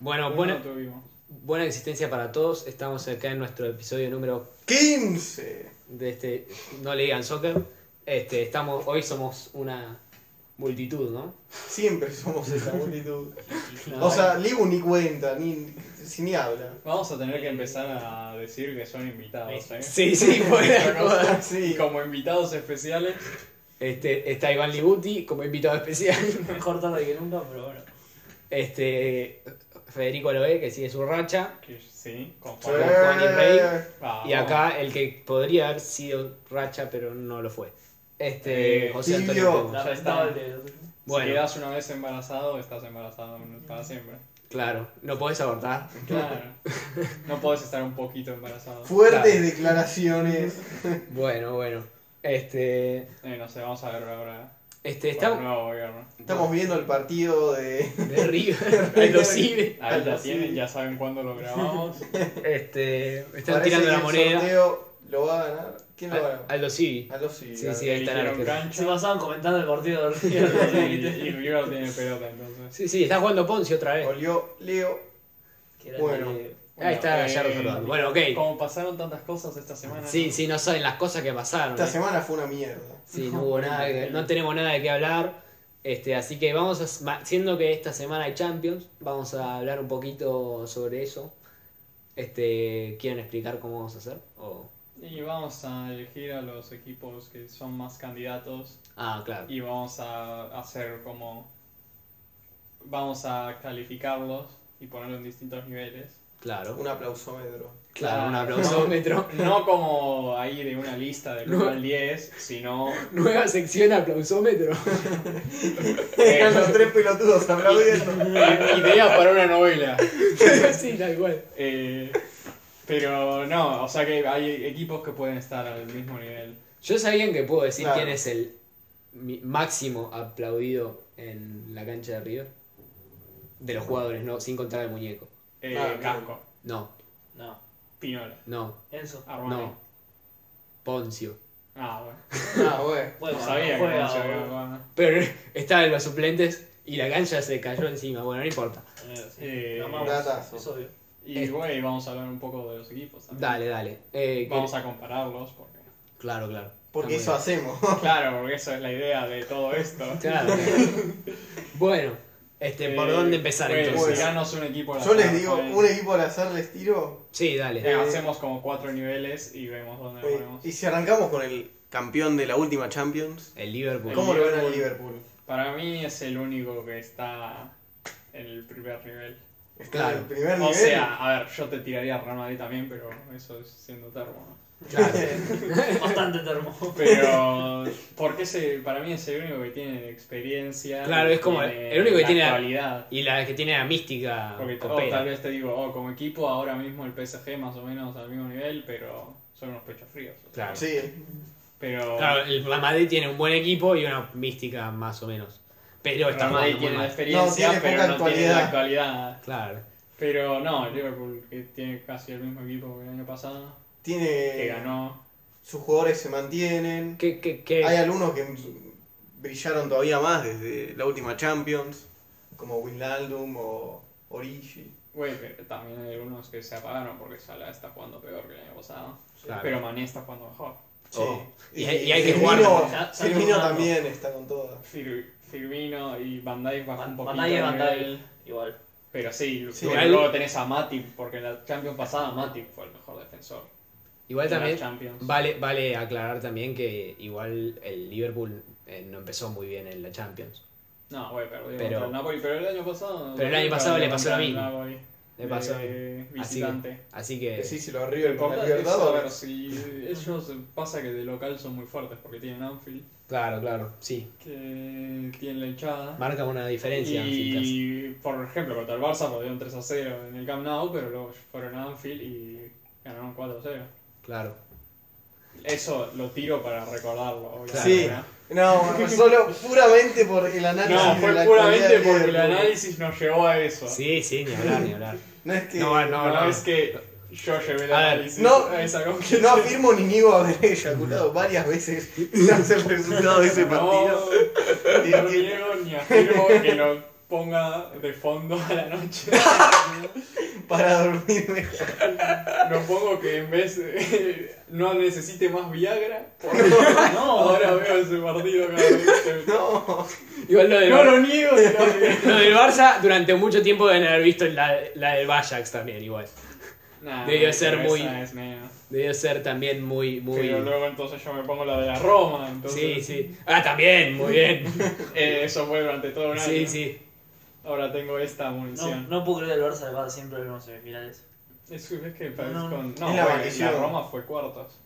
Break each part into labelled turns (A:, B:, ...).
A: Bueno,
B: Pero
A: buena,
B: no tuvimos.
A: buena existencia para todos. Estamos acá en nuestro episodio número
C: 15.
A: de este No le digan soccer. Este, estamos, hoy somos una multitud, ¿no?
C: Siempre somos esa multitud.
A: Una-
C: O sea, Libu ni cuenta, ni, si ni habla.
B: Vamos a tener que empezar a decir que son invitados, ¿eh?
A: sí, sí, fuera de joda.
C: Sí.
B: Como invitados especiales.
A: Este, está Iván Libuti como invitado especial.
D: Mejor tarde que nunca, pero bueno.
A: Este, Federico Loé, que sigue su racha.
B: Que sí, con
C: Sí.
A: Juan
B: Juan. Ah,
A: y Rey.
B: Vamos.
A: Y
C: Ah,
A: acá el que podría haber sido racha, pero no lo fue. Este,
B: Eh,
A: José Antonio
C: tibio.
A: Ramos.
B: Ya está.
D: Lamentable.
A: Bueno.
B: Si quedas una vez embarazado, estás embarazado para siempre.
A: Claro, no podés abortar.
B: Claro. No podés estar un poquito embarazado.
C: Fuertes
A: Claro.
C: declaraciones.
A: Bueno, bueno. Este,
B: Eh, no sé, vamos a ver ahora.
A: este,
B: Está
A: estamos
B: nuevo gobierno.
C: Estamos viendo el partido de.
A: de River, de los Ibe.
B: Ahí
C: Algo
B: la
C: así.
B: tienen, ya saben cuándo lo grabamos.
A: Este, están
C: Parece
A: tirando
C: que
A: la
C: el
A: moneda.
C: sorteo lo va a ganar. ¿Quién lo va a ganar?
A: Aldo Civi.
C: Aldo sí.
A: Sí, sí, ahí está el
B: Eligieron
A: arquero.
D: Se
B: cancha
D: pasaban comentando el partido de
B: y,
D: River.
B: y River tiene pelota entonces.
A: Sí, sí, está jugando Ponce otra vez.
C: Olió Leo.
D: Que era
C: Bueno.
D: de-
A: Ahí está
B: eh,
A: Gallardo saludando. Bueno, ok.
B: Como pasaron tantas cosas esta semana.
A: Sí, sí, no saben las cosas que pasaron.
C: Esta
A: eh.
C: semana fue una mierda.
A: Sí, no hubo nada, que- no tenemos nada de qué hablar. Este, así que vamos a, ma- siendo que esta semana hay Champions, vamos a hablar un poquito sobre eso. Este, ¿quieren explicar cómo vamos a hacer? O-
B: Y vamos a elegir a los equipos que son más candidatos
A: Ah, claro.
B: y vamos a hacer como. Vamos a calificarlos y ponerlos en distintos niveles.
A: Claro.
C: Un aplausómetro.
A: Claro, un
B: Ah,
A: aplausómetro.
B: No como ahí de una lista del
A: No.
B: 1 al 10, sino.
A: Nueva sección aplausómetro.
B: eh,
C: Eran los tres pelotudos aplaudiendo.
B: ideas para una novela.
A: sí, tal cual.
B: Eh, pero no, o sea que hay equipos que pueden estar al mismo nivel.
A: Yo sabían que puedo decir
C: Claro.
A: quién es el mi- máximo aplaudido en la cancha de River. De los jugadores, no, sin contar al muñeco.
B: Eh,
C: Ah,
B: Casco,
A: No,
D: No,
B: Pinola,
A: no,
D: Enzo.
B: Armani.
A: no. Poncio.
B: Ah, bueno.
C: Ah, bueno.
D: Bueno,
B: no sabía que
D: juega,
B: no se había-
D: boludo.
A: Pero estaban los suplentes y la cancha se cayó encima. Bueno, no importa.
D: Eh, sí,
B: Eh,
D: lo amamos,
C: datazo.
D: es obvio.
B: Y güey, vamos a hablar un poco de los equipos también.
A: Eh. Dale, dale. Eh,
B: Vamos a compararlos porque.
A: que- Claro, claro.
C: Porque eso
A: Está
C: hacemos.
B: Claro, porque eso es la idea de todo esto.
A: muy bien. Claro. claro. bueno, este, ¿por
B: Eh,
A: dónde empezar
B: güey,
A: entonces?
B: tiranos un equipo al
C: Yo les
B: azar,
C: digo,
B: güey.
C: un equipo al azar les tiro.
A: Sí, dale.
B: Eh, hacemos como cuatro niveles y vemos dónde lo
C: Eh,
B: ponemos.
C: Y si arrancamos con el campeón de la última Champions,
A: El Liverpool.
C: ¿cómo lo ven al Liverpool?
B: Para mí es el único que está en el primer nivel.
C: Está
A: Claro.
C: en el primer
B: O
C: nivel.
B: sea, a ver, yo te tiraría a Real Madrid también, pero eso es siendo termo. ¿no?
A: Claro.
D: Bastante termo.
B: Pero, porque ese, para mí es el único que tiene experiencia.
A: Claro, es como
B: tiene
A: el único que
B: la
A: tiene la-
B: actualidad.
A: Y la que tiene la mística.
B: Porque oh,
A: copera.
B: tal vez te digo, oh, como equipo ahora mismo el PSG más o menos al mismo nivel, pero son unos pechos fríos. o sea.
A: Claro.
C: Sí, eh.
B: Pero
A: Claro, el Real Madrid tiene un buen equipo y una mística más o menos. Pero está
B: Real
A: jugando
B: Madrid
A: muy
B: tiene la
A: mal.
B: experiencia,
C: No, tiene
B: pero
C: poca
B: no tiene la
C: actualidad.
B: actualidad.
A: Claro.
B: Pero no, el Liverpool que tiene casi el mismo equipo que el año pasado, que
C: tiene.
B: ganó.
C: Sus jugadores se mantienen.
A: ¿Qué, qué, qué?
C: Hay algunos que brillaron todavía más desde la última Champions, como Wijnaldum o Origi.
B: Güey, pero también hay algunos que se apagaron porque Salah está jugando peor que el año pasado.
A: Claro.
B: Pero Mané está jugando mejor.
C: Sí.
A: Oh. Y hay- y hay que
C: Firmino-
D: jugar.
C: Firmino también está con todas.
B: Fir- Firmino y Van Dijk bajó un
D: Van-
B: poquito. eh.
D: Van Dijk es
B: el
D: Van Dijk.
B: nivel.
D: Igual.
B: Pero sí,
C: Sí,
B: bueno,
A: igual-
B: luego tenés a Matip, porque en la Champions pasada Matip fue el mejor defensor.
A: Igual
B: En la
A: también
B: Champions.
A: vale, vale aclarar también que igual el Liverpool eh, no empezó muy bien en la Champions.
B: No, güey, perdió
A: Pero-
B: contra el Napoli, pero el año pasado...
A: Pero el año pasado le pasó lo
B: contra el
A: mismo.
B: Napoli,
A: Le pasó
B: de
A: Así que,
B: Visitante.
A: así que
C: Sí, sí, lo River con
B: Con
C: la
B: a ver
C: Libertadores.
B: si ellos pasa que de local son muy fuertes porque tienen Anfield,
A: claro, claro, sí.
B: que tienen la hinchada.
A: Marca una diferencia. Anfield,
B: Y por ejemplo, contra el Barça perdieron 3 a 0 en el Camp Nou, pero luego fueron a Anfield y ganaron 4 a 0.
A: Claro.
B: Eso lo tiro para recordarlo, obviamente.
C: Sí.
B: ¿no?
C: No, solo puramente por el análisis.
B: No,
C: de
B: fue
C: la
B: puramente
C: actualidad
B: porque
C: del
B: el
C: Liverpool.
B: análisis nos llevó a eso.
A: Sí, sí, ni hablar, ni hablar.
C: No es que.
A: No,
B: No,
A: no, no.
B: es que yo llevé el
A: A ver,
B: análisis
C: no-
B: a esa
C: que
B: conclusión.
C: no afirmo ni niego haber eyaculado varias veces tras el resultado de ese
B: No,
C: partido.
B: no niego ni afirmo que lo ponga de fondo a la noche.
C: Para dormir mejor.
B: No pongo que en vez de- no necesite más Viagra.
D: No,
B: Ahora veo ese partido cada vez.
C: No.
A: Igual lo del,
B: No
A: Bar-
B: lo niego, sino que-
A: lo del Barça durante mucho tiempo deben haber visto la, la del Bajax también, igual.
B: Nah,
A: Debió
B: no,
A: ser
B: pero
A: muy-
B: esa es mía.
A: Debe ser también muy, muy...
B: Pero luego entonces yo me pongo la de la Roma.
A: Sí,
B: Entonces,
A: sí. Ah, también, muy bien.
B: eh, eso fue durante todo un año.
A: Sí, sí.
B: Ahora tengo esta
D: no,
B: munición.
D: no puedo creer el Barça va siempre a los semifinales.
B: Es, es que pues,
D: No, no.
B: con-
C: Es
B: no,
C: la
B: fue-
C: maldición.
B: la Roma fue cuartos.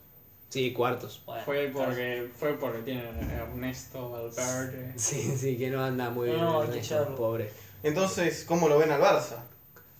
A: Sí, cuartos.
D: Bueno,
B: Fue
D: claro.
B: porque, fue porque tienen a Ernesto Valverde.
A: Sí, sí, que no anda muy bien.
D: No, hay que
A: Ernesto,
D: echarlo.
A: pobre.
C: Entonces, ¿cómo lo ven al Barça?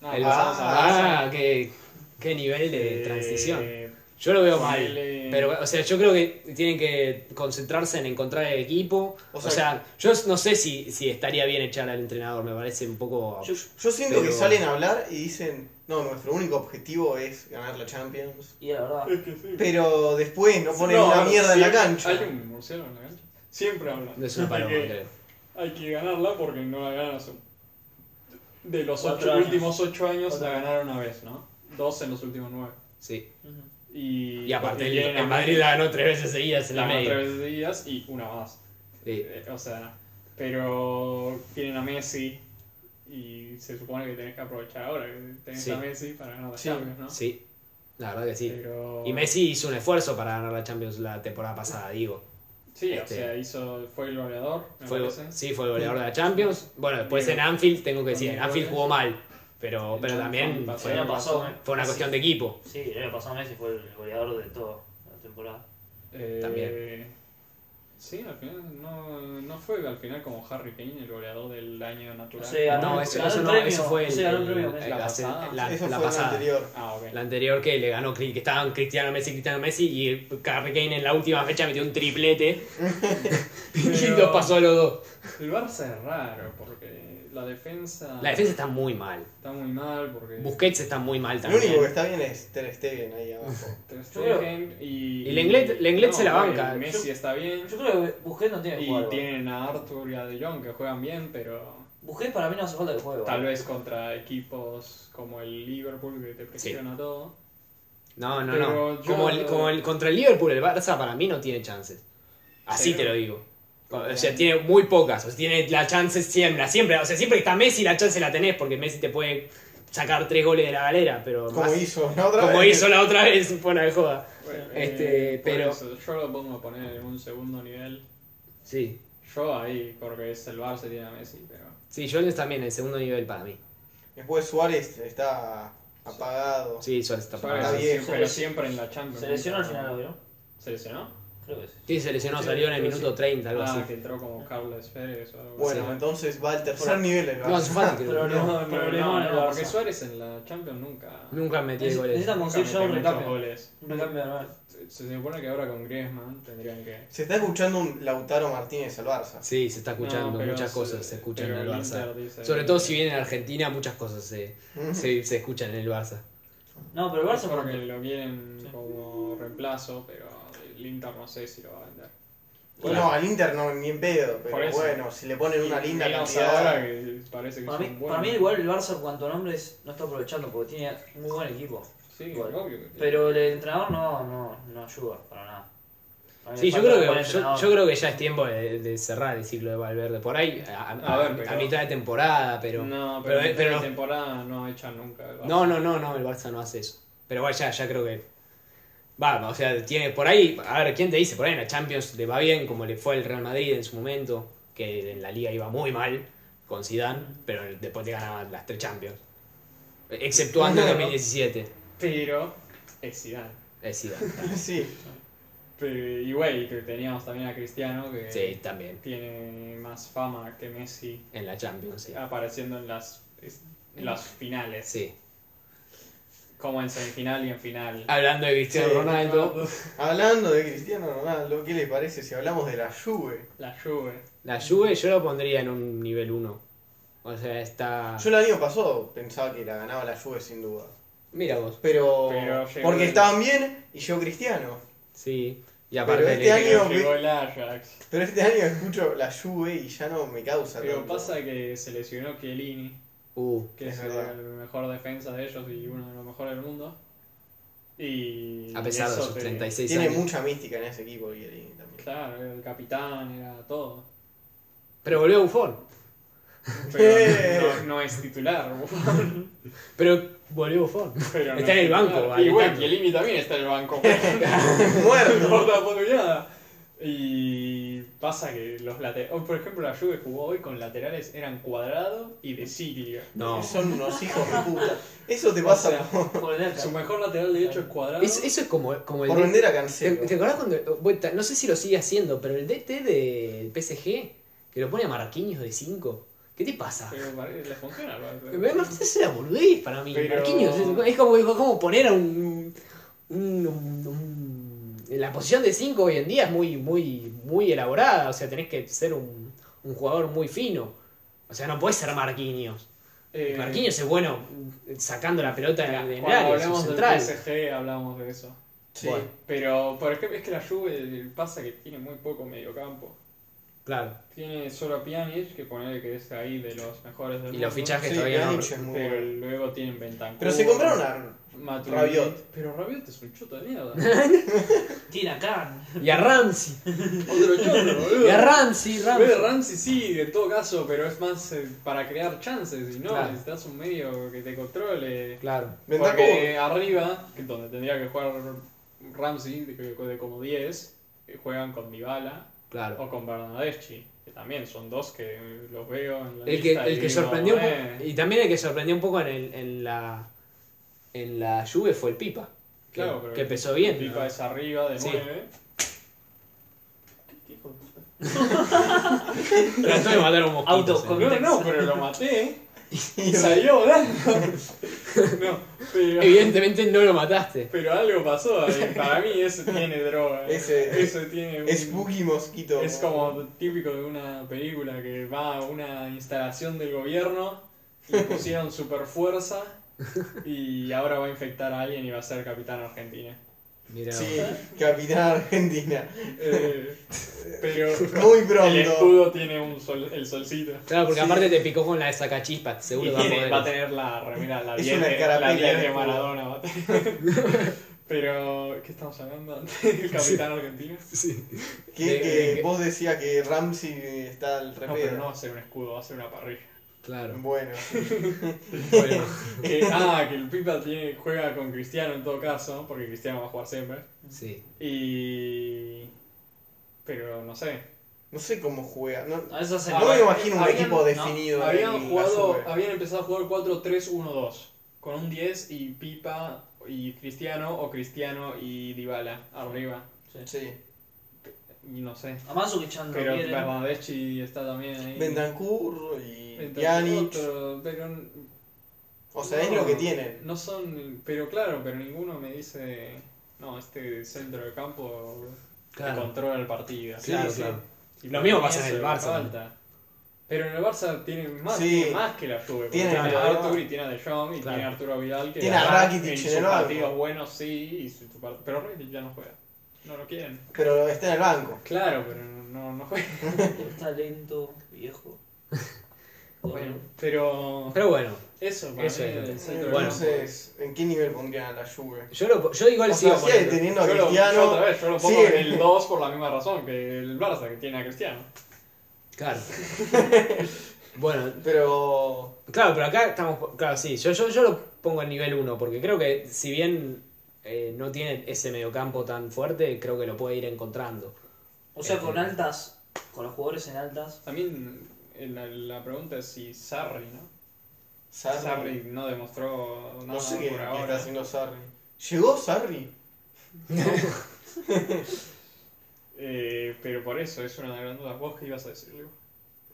B: No,
A: El
B: pasamos
A: Barça.
B: al
A: Ah, qué, qué nivel de
B: Eh,
A: transición. Yo lo veo mal.
B: Baile.
A: Pero, o sea, yo creo que tienen que concentrarse en encontrar el equipo.
C: O
A: O
C: sea-
A: sea, yo no sé si, si estaría bien echar al entrenador, me parece un poco...
C: Yo, yo siento que
A: Pero-
C: salen a hablar y dicen, no, nuestro único objetivo es ganar la Champions.
D: Y la verdad.
B: Es que sí.
C: Pero después no ponen
B: No,
C: una
B: ahora
C: mierda en la
B: siempre-
C: cancha.
B: Hay un murciélago en la cancha. Siempre habla.
A: No es una paloma,
B: Hay que-
A: creo.
B: Hay que ganarla porque no la ganan hace- De los
D: Cuatro
B: ocho,
D: años.
B: últimos ocho años
D: Cuatro
B: la
D: años.
B: ganaron una vez, ¿no? Dos en los últimos nueve.
A: Sí.
D: Ujú.
B: Y,
A: Y aparte,
B: y
A: el,
B: tienen a
A: el Madrid la ganó tres veces seguidas en la
B: la ganó
A: media.
B: tres veces seguidas y una más.
A: Sí.
B: Eh, O sea, pero tienen a Messi y se supone que tenés que aprovechar ahora que tenés
A: Sí.
B: a Messi para ganar la
C: Sí.
B: Champions, ¿no?
A: sí, la verdad que sí.
B: Pero-
A: Y Messi hizo un esfuerzo para ganar la Champions la temporada pasada, digo.
B: Sí,
A: este-
B: o sea, hizo, fue el goleador, me
A: Fue,
B: parece.
A: sí, fue goleador de la Champions. Bueno, después
B: Diego.
A: en Anfield, tengo que decir, en
B: Diego
A: Anfield
B: Alves.
A: jugó mal. Pero, pero también
B: Pasó,
A: fue,
D: Ya pasó.
A: fue una cuestión de equipo.
D: Sí, el año pasado Messi fue el goleador de toda la temporada.
B: Eh,
A: También.
B: Sí, al final no, no fue al final como Harry Kane el goleador del año natural.
D: Sí, ganó-
A: No, eso,
D: ganó
A: eso
D: el
A: no,
D: premio.
A: eso fue el-
D: Sí, ganó el
A: el-
D: premio,
A: el-
D: Messi.
A: la,
B: La pasada.
A: la-
C: Eso
A: la
C: fue el
A: pasada.
C: anterior.
B: Ah, ok.
A: La anterior que le ganó, Cri- que estaban Cristiano Messi, Cristiano Messi, y Harry Kane en la última fecha metió un triplete. Y
B: Pero-
A: los pasó a los dos.
B: El Barça es raro porque la defensa,
A: La defensa está muy mal.
B: está muy mal porque
A: Busquets está muy mal
C: Lo único que
A: también.
C: está bien es Ter Stegen ahí abajo.
B: Ter Stegen y
A: Y Lenglet- Lenglet se la
B: güey,
A: banca.
B: Messi está bien
D: Yo creo que Busquets no tiene que
B: y
D: jugar. Tiene...
B: tienen a Arthur y a De Jong que juegan bien, pero
D: Busquets para mí no hace falta que juegue.
B: tal
D: boludo.
B: vez contra equipos como el Liverpool que te presiona todo.
A: No, no,
B: Pero
A: no.
B: yo-
A: Como, el, como el contra el Liverpool, el Barça para mí no tiene chances. Así
B: Pero-
A: te lo digo. O sea, tiene muy pocas. O sea, tiene la chance siempre, la siempre. O sea, siempre que está Messi, la chance la tenés, porque Messi te puede sacar tres goles de la galera, pero
C: Como
A: más-
C: hizo la otra
A: como
C: vez.
A: hizo la otra vez, fuera de joda.
B: Bueno,
A: Este,
B: Eh, por
A: pero-
B: eso, yo lo pongo a poner en un segundo nivel.
A: Sí.
B: Yo ahí, porque es el Barça y tiene a Messi, pero.
A: Sí, Jones también, el segundo nivel para mí.
C: Después Suárez está apagado.
A: Sí, Suárez está
B: Suárez
A: parado.
C: Está bien.
B: siempre- pero siempre en la Champions.
D: Se lesionó al
B: ¿no?
D: final, ¿no?
B: ¿Se lesionó?
D: Creo que sí.
A: Sí, se lesionó,
B: Sí,
A: salió en el
B: sí,
A: minuto 30, algo
B: Ah,
A: así.
B: que entró como Carlos Pérez o algo
C: Bueno,
B: así.
C: entonces va al tercer
D: Bueno,
C: nivel el
A: No,
C: Barça.
A: hace falta, creo.
D: Pero
B: No,
D: no,
B: no, no,
D: problema
B: no,
D: en el
B: porque
D: Barça.
B: Suárez en la Champions nunca.
A: Nunca metí
D: Neces-
A: goles.
D: Necesitan
B: nunca
D: conseguir ya
B: metió
D: un
B: muchos
D: recambio.
B: goles.
D: Un recambio normal.
B: Se, se supone que ahora con Griezmann tendrían que.
C: Se está escuchando un Lautaro Martínez al Barça.
A: Sí, se está escuchando,
B: No, pero
A: muchas
B: se-
A: cosas se escuchan en
B: pero
A: el
B: el
A: Barça.
B: Inter eh, dice-
A: Sobre todo si viene a Argentina, muchas cosas eh. se, se, se escuchan en el Barça.
D: No, pero el Barça
B: porque
D: porque...
B: lo quieren
D: Sí.
B: como reemplazo, pero el Inter no sé si lo va a vender.
C: Bueno, al Inter no, ni en pedo,
B: Por
C: pero
B: eso.
C: bueno, si le ponen una
B: Y
C: linda
B: menos
C: cantidad.
B: ahora que parece que
D: Para
B: son
D: mí,
B: buenos.
D: para mí igual el Barça en cuanto a nombres no está aprovechando porque tiene muy buen equipo.
B: Sí,
D: igual.
B: obvio. que-
D: Pero el entrenador no, no, no ayuda para nada. Para mí
A: Sí,
D: le
A: yo
D: falta
A: creo,
D: un buen
A: que, yo,
D: entrenador.
A: yo creo que ya es tiempo de, de cerrar el ciclo de Valverde. Por ahí, a,
B: A
A: a-
B: ver, pero-
A: a mitad de temporada, pero.
B: no,
A: pero-
B: pero, en
A: pero
B: la
A: no-
B: temporada no echan nunca. el Barça.
A: No, no, no, no, el Barça no hace eso. Pero bueno, ya, ya creo que. Va, o sea, tiene por ahí. A ver, ¿quién te dice? Por ahí en la Champions le va bien, como le fue al Real Madrid en su momento, que en la liga iba muy mal con Zidane, pero después te ganaban las tres Champions. Exceptuando el 2017.
B: Pero es Zidane.
A: Es Zidane.
C: Sí,
B: Pero, y güey, que teníamos también a Cristiano que
A: Sí, también.
B: tiene más fama que Messi
A: En la Champions,
B: Ah.
A: sí.
B: apareciendo en las, es- en las finales.
A: Sí.
B: Como en semifinal y en final.
A: Hablando de Cristiano
C: Sí,
A: Ronaldo,
C: hablando de Cristiano Ronaldo, ¿qué le parece si hablamos de la Juve?
B: La Juve.
A: la Juve yo lo pondría en un nivel 1. O sea, está.
B: Ah.
C: Yo el año pasado pensaba que la ganaba la Juve sin duda.
A: Mira vos.
C: Pero,
B: Pero llegó
C: porque
B: el-
C: estaban bien y yo Cristiano.
A: Sí. Y aparte
C: este
A: le-
C: año-
B: Le llegó el Ajax.
C: Pero este año escucho la Juve y ya no me causa
B: Pero
C: tanto.
B: pasa que se lesionó Chiellini,
A: Uh,
B: que
C: Es
B: es,
C: verdad.
B: el mejor defensa de ellos y uno de los mejores del mundo. Y
A: a pesar de
B: eso
A: sus
B: te-
A: 36
C: Mm, Tiene
A: años.
C: mucha mística en ese equipo Chiellini también.
B: Claro, era el capitán, era todo.
A: Pero volvió Buffon.
B: Pero no, no es titular, Buffon.
A: Pero volvió Buffon.
B: Pero no
A: Está en
B: es
A: el banco,
B: titular. Y
A: alentando.
B: bueno, Chiellini también está en el banco.
C: Muerto.
B: no está por nada. Y pasa que los laterales. por ejemplo, la Juve jugó hoy con laterales eran cuadrado y de Siria.
A: No.
C: Son unos hijos de puta. Eso te
B: O
C: pasa
B: sea,
C: por,
D: Por el Delta.
B: Su mejor lateral derecho es cuadrado.
A: Es- eso es como, como el
C: por
B: pues,
A: DT.
C: vender a
A: ¿Te,
C: Cancelo.
A: te acordás cuando.? voy ta- No sé si lo sigue haciendo, pero el DT del PSG, que lo pone a Marquinhos de 5. ¿Qué te pasa?
B: Pero parece- le funciona. parece.
A: Me parece es una boludez para mí.
B: Pero-
A: Marquinhos es, es como, es como poner a un. un- un- un- la posición de 5 hoy en día es muy, muy, muy elaborada. O sea, tenés que ser un, un jugador muy fino. O sea, no podés ser Marquinhos.
B: Eh,
A: Marquinhos es bueno sacando la pelota de del
B: Cuando
A: área, es un
B: hablamos
A: central.
B: del PSG hablamos de eso.
C: Sí.
A: Bueno.
B: Pero por ejemplo, es que la Juve eh, pasa que tiene muy poco mediocampo.
A: Claro.
B: Tiene solo a Pjanic, que poner que es ahí de los mejores del
A: Y los
B: mundo.
A: fichajes
C: Sí,
A: Ah, todavía no.
C: Pjanic es muy
B: Pero
C: bueno.
B: luego tienen Bentancur.
C: Pero se compraron a...
B: Matuidi.
C: Rabiot.
B: Pero Rabiot es un choto de mierda.
D: Tira Khan.
A: Y a Ramsey.
B: Otro choto, boludo.
A: Y a Ramsey,
B: Ve,
A: Ramsey.
B: Ramsey sí, en todo caso, pero es más eh, para crear chances y no
A: Claro.
B: necesitas un medio que te controle.
A: Claro.
C: Bentancur.
B: Porque arriba, que es donde tendría que jugar Ramsey, de, de como 10, eh, juegan con Dybala
A: Claro.
B: o con Bernadeschi, que también son dos que eh, los veo en la
A: El que,
B: lista
A: el
B: y
A: que
B: digo,
A: sorprendió un
B: eh,
A: poco, y también el que sorprendió un poco en, el- en la en la lluvia fue el Pipa. Que,
B: Claro, pero
A: que empezó
B: el
A: bien.
B: Pipa es arriba de
A: Sí.
B: 9.
A: Trató de matar a un mosquito.
D: Auto
A: sí.
D: con-
B: No, no, pero lo maté y salió volando. No, pero...
A: Evidentemente no lo mataste.
B: Pero algo pasó ahí. Para mí eso tiene droga.
C: Ese-
B: eso tiene un-
C: Es Boogie Mosquito.
B: es como típico de una película que va a una instalación del gobierno y pusieron super fuerza y ahora va a infectar a alguien y va a ser capitán argentina.
A: Mirá.
C: Sí, capitán argentina.
B: Eh, pero
C: Muy
B: el
C: pronto.
B: escudo tiene un sol, el solcito.
A: Claro, porque
C: Sí.
A: aparte te picó con la de sacachispas, seguro
B: Y
A: va a
B: tiene-
A: poder.
B: va a tener la remera, la
C: Es
B: 10
C: una ¿eh?
B: de,
C: escarapela,
B: la 10 de
C: ¿no?
B: Maradona. va a tener. Pero, ¿qué estamos hablando antes? ¿El capitán argentino?
A: Sí.
C: Que,
A: de-
C: que vos decías que Ramsey está al
B: No, pero no va
C: remedio.
B: a ser un escudo, va a ser una parrilla.
A: Claro.
C: Bueno.
A: Bueno,
B: Que- ah, que el Pipa tiene, juega con Cristiano en todo caso, porque Cristiano va a jugar siempre.
A: sí.
B: Y. Pero no sé.
C: No sé cómo juega. No,
D: A eso se
B: Ah,
C: no me
B: bueno,
C: imagino un
B: habían-
C: equipo
D: no,
C: definido. en la
B: Habían, jugado,
C: Juve.
B: habían empezado a jugar 4-3-1-2, con un 10 y Pipa y Cristiano, o Cristiano y Dybala arriba.
C: Sí.
B: Y no sé.
D: Además, Ukichando
B: Pero
D: quiere.
B: Bernadeschi está también ahí.
C: Bentancur y
B: Entre
C: Pjanic.
B: otro, pero
C: O sea, es
B: No,
C: lo que tienen.
B: No son. Pero claro, pero ninguno me dice. No, este centro de campo que
A: Claro.
B: controla el partido.
C: Sí,
A: Claro,
C: sí.
A: claro.
B: Y
A: Lo
B: para
A: mismo
B: mí
A: pasa en
B: eso
A: el
B: le
A: Barça
B: falta. Pero en el Barça tienen más,
C: Sí.
B: tienen más que la Juve. porque
C: Tienen
B: Tiene a
C: claro.
B: Artur y tiene a De Jong y
A: Claro.
B: tiene a Arturo Vidal. Que
C: Tiene a
B: además,
C: Rakitic
B: en
C: en
B: sus
C: el banco.
B: partidos buenos sí, y su- par- pero Rakitic ya no juega. No lo quieren.
C: Pero está en el banco.
B: Claro, pero no, no juega.
D: Está lento, viejo.
B: Bueno, pero
A: Pero bueno,
B: eso, para
A: Eso
B: mí
A: es lo que-
B: el centro de
A: Bueno.
B: campo es-
C: Entonces, ¿en qué nivel pondrían a la Juve?
A: yo, lo, yo igual
C: O
A: sigo
C: sea, sigue
A: poniendo-
C: teniendo a
B: Yo lo, yo otra
C: Cristiano.
B: vez, yo lo pongo
C: Sí.
B: en el 2 por la misma razón que el Barça, que tiene a Cristiano.
A: Claro. bueno,
C: Pero.
A: Claro, pero acá estamos. Claro, sí, yo, yo, yo lo pongo en nivel 1, porque creo que si bien eh, no tiene ese mediocampo tan fuerte, creo que lo puede ir encontrando.
D: O sea, con altas, con los jugadores en altas.
B: También eh, la, la pregunta es si Sarri, ¿no?
C: Sarri.
B: Sarri no demostró nada
C: No sé qué,
B: por
C: qué
B: ahora.
C: está haciendo Sarri. ¿Llegó Sarri?
B: Eh, pero por eso es una gran duda. ¿Vos qué ibas a decir, Leo?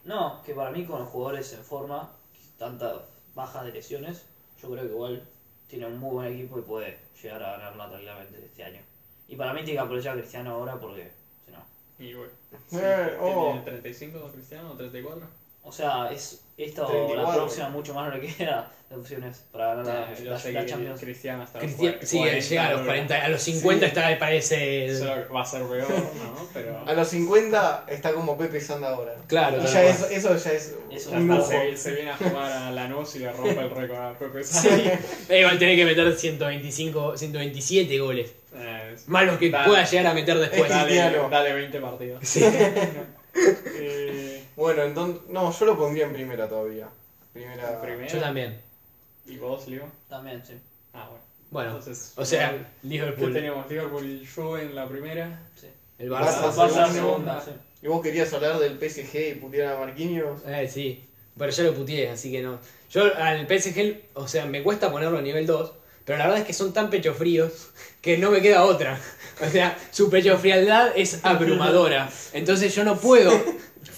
D: No, que para mí con los jugadores en forma, tantas bajas de lesiones, yo creo que igual tiene un muy buen equipo y puede llegar a ganarla tranquilamente este año. Y para mí tiene que aprovechar a Cristiano ahora porque si no.
B: Y bueno,
C: Eh, oh.
B: ¿Tiene 35 Cristiano o 34?
D: O sea, es esto
C: 34.
D: la próxima mucho más lo que queda de opciones para ganar la,
B: Ah, yo
D: la-
B: sé
D: la
B: que
D: Champions.
B: Cristiano hasta los
A: Cristian,
B: cua-
A: sí,
B: 40,
A: llega a los
B: boludo.
A: 40, a los 50 está, parece.
B: Eso va a ser peor, ¿no? Pero
C: A los 50 está como Pepe Sand ahora.
A: Claro,
C: Y
A: tal
C: ya
A: cual.
C: es- eso ya es
D: Eso
B: ya
C: un
B: está,
C: lujo.
B: se, se viene a jugar a Lanús y le rompe el récord a Pepe
A: Sí.
B: Sá.
A: Eh, va a tener que meter 125, 127 goles.
B: Eh, es-
A: Más los que
B: Dale.
A: pueda llegar a meter después.
C: Dale.
B: dale,
C: Cristiano.
B: dale 20 partidos.
A: Pues, Sí.
B: Eh,
C: Bueno, entonces. No, yo lo pondría en primera todavía.
B: Ah.
C: Primera.
A: Yo
B: primero.
A: también.
B: ¿Y vos, Leo?
D: También, sí.
B: Ah, bueno.
A: Bueno,
B: Entonces,
A: o sea,
B: ¿qué
A: Liverpool,
B: tenemos? Liverpool y Juve en la primera.
A: el
C: Barça,
A: Barça.
C: Barça.
D: Pasa
C: segunda.
D: la segunda, sí.
C: ¿Y vos querías hablar del PSG y putear a Marquinhos?
A: Eh, sí. Pero ya lo puteé, así que no. Yo al PSG, o sea, me cuesta ponerlo a nivel 2. Pero la verdad es que son tan pecho fríos que no me queda otra. O sea, su pecho frialdad es abrumadora. Entonces yo no puedo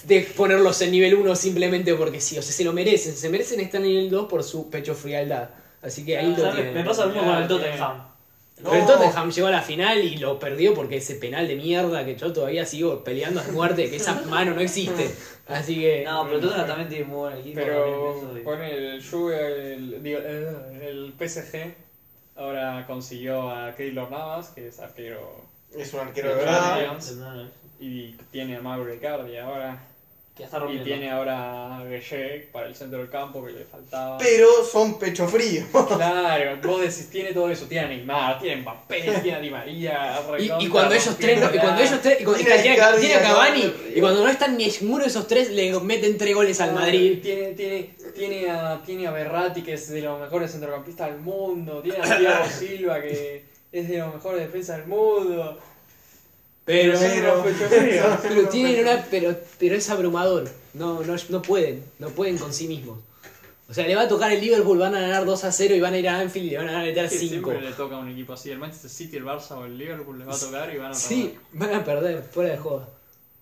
A: de ponerlos en nivel 1 simplemente porque sí. O sea, se lo merecen. Se merecen estar en nivel 2 por su pecho frialdad. Así que ahí
D: O sea,
A: lo
D: Ah, me-
A: tienen.
D: Me pasa lo mismo con el
B: Claro,
D: Tottenham.
C: No.
A: Pero el Tottenham llegó a la final y lo perdió porque ese penal de mierda que yo todavía sigo peleando a muerte, que esa mano no existe. Así que.
D: No, pero el Tottenham también tiene muy buen equipo. también,
B: Pero
D: eso, y-
B: con el Juve, el, digo, eh, el PSG ahora consiguió a Keylor Navas, que es arquero,
C: Es un arquero de
B: Pero
C: verdad.
B: Marquinhos. y tiene a Mauro Icardi ahora.
D: Que está
B: Y
D: rompiendo.
B: tiene ahora a Gejek para el centro del campo que le faltaba.
C: Pero son pecho frío.
B: Claro, vos decís, tiene todo eso, tiene a Neymar, tiene a Mbappé, tiene a Di María,
A: Y,
B: recontra,
A: y cuando ellos tres, no- y cuando ellos tres, y cuando
C: Tiene a
A: tiene,
C: Icardi,
A: tiene a Cavani,
C: Icardi.
A: y cuando no están ni ninguno de esos tres, le meten tres goles al Madrid.
B: Tiene, tiene, tiene, a, tiene a Berratti, que es de los mejores centrocampistas del mundo. Tiene a Thiago Silva, que es de los mejores defensas del mundo.
A: Pero,
B: Son
C: Pero-
B: unos pechofríos.
A: pero tienen una, pero, pero es abrumador. No, no, no pueden, no pueden con sí mismos. O sea, le va a tocar el Liverpool, van a ganar 2 a 0 y van a ir a Anfield y le van a meter
B: Sí,
A: 5.
B: Siempre le toca a un equipo así. El Manchester City, el Barça o el Liverpool les va a tocar y van a
A: Sí, van a perder, fuera de joda.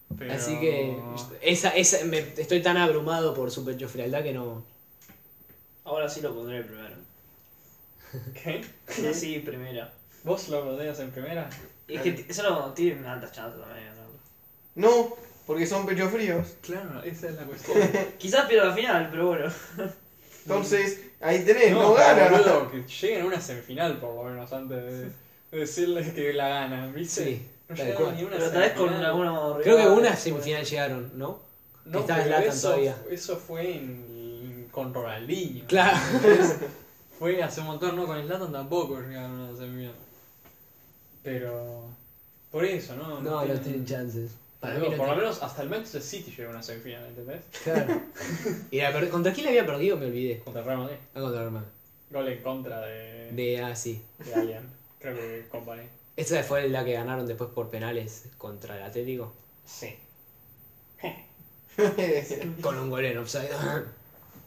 B: perder. Pero-
A: Así que esa, esa, me, estoy tan abrumado por su pecho frialdad que no.
D: Ahora sí lo pondré en primero.
B: ¿Qué?
D: Sí, primera.
B: ¿Vos lo rodeas en primera?
D: Y es que t- eso no tiene altas chances también. ¿no?
C: No, porque son pecho fríos.
B: Claro, esa es la cuestión.
D: Quizás pierda la final, pero bueno.
C: Entonces, ahí tenés,
B: No,
C: no, ganan.
B: pero, boludo, que lleguen a una semifinal por lo menos antes de, de decirles que la ganan, ¿viste?
A: Sí,
B: no
A: tal
B: llegaron
A: cual.
B: ni a una
D: Pero tal vez con
B: semifinal.
D: alguna.
A: Creo que una semifinal llegaron, ¿no? que estaba
B: pero
A: Zlatan
B: eso,
A: todavía.
B: Eso fue en- con Ronaldinho.
A: Claro.
B: Fue hace un montón, no con Slatan tampoco llegaron a una semifinal. Pero. Por eso,
A: No,
B: ¿no?
A: no
B: tienen-
A: tienen chances. Para mí no
B: Boludo, por lo
A: tienen-
B: menos hasta el Manchester City llegó a una semifinal, ¿entendés?
A: Claro. Y la per- ¿Contra quién la había perdido? Me olvidé.
B: Contra Real Madrid.
A: Ah, contra Armada.
B: Gol en contra de.
A: De, ah, sí.
B: de Alien. Creo que Company.
A: Esa fue la que ganaron después por penales contra el Atlético.
B: Sí.
A: Con un gol en offside.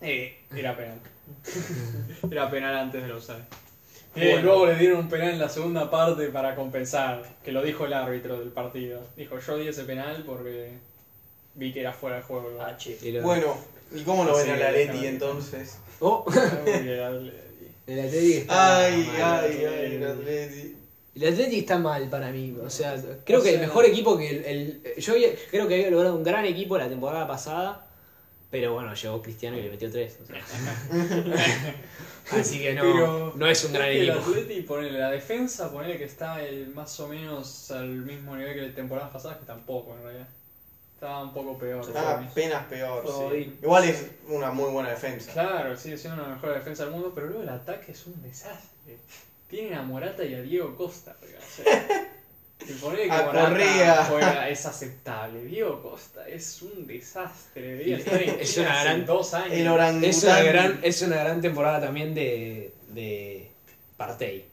B: Eh, era penal. era penal antes de lo usar.
C: Bueno.
B: Eh, Luego le dieron un penal en la segunda parte para compensar, que lo dijo el árbitro del partido. Dijo, yo di ese penal porque vi que era fuera de juego. igual".
D: Ah, che.
A: Y lo-
C: bueno, ¿y cómo
B: Ah,
C: lo ven
B: sí,
C: a la Leti
B: déjame.
C: entonces?
A: Oh,
B: Porque al-
A: el Atlético está
C: Ay,
B: ah.
A: mal.
C: ay, ay, la Leti.
A: El Atlético está mal para mí. O sea, creo
B: O
A: que el
B: sea-
A: mejor equipo que el, el- Yo había- creo que había logrado un gran equipo la temporada pasada. Pero bueno, llegó Cristiano y le metió tres. o sea. Así que no,
B: Pero-
A: no es un gran
B: El
A: equipo.
B: Atleti, ponele la defensa, ponele que está el- más o menos al mismo nivel que la temporada pasada, que tampoco en realidad. Estaba un poco peor. para
C: Está
B: mí.
C: apenas peor. sí.
D: Godín.
C: Igual es una muy buena defensa.
B: Claro, sigue siendo la mejor defensa del mundo, pero luego el ataque es un desastre. Tienen a Morata y a Diego Costa, arriba, o sea, y ponele que
C: A
B: Morata
C: Correa.
B: fuera- es aceptable. Diego Costa es un desastre. Debería estar en
A: Es
B: China
A: una
B: hace
A: gran-
B: dos años.
C: El orangután.
A: Es una, gran, es una gran temporada también de, de Partey.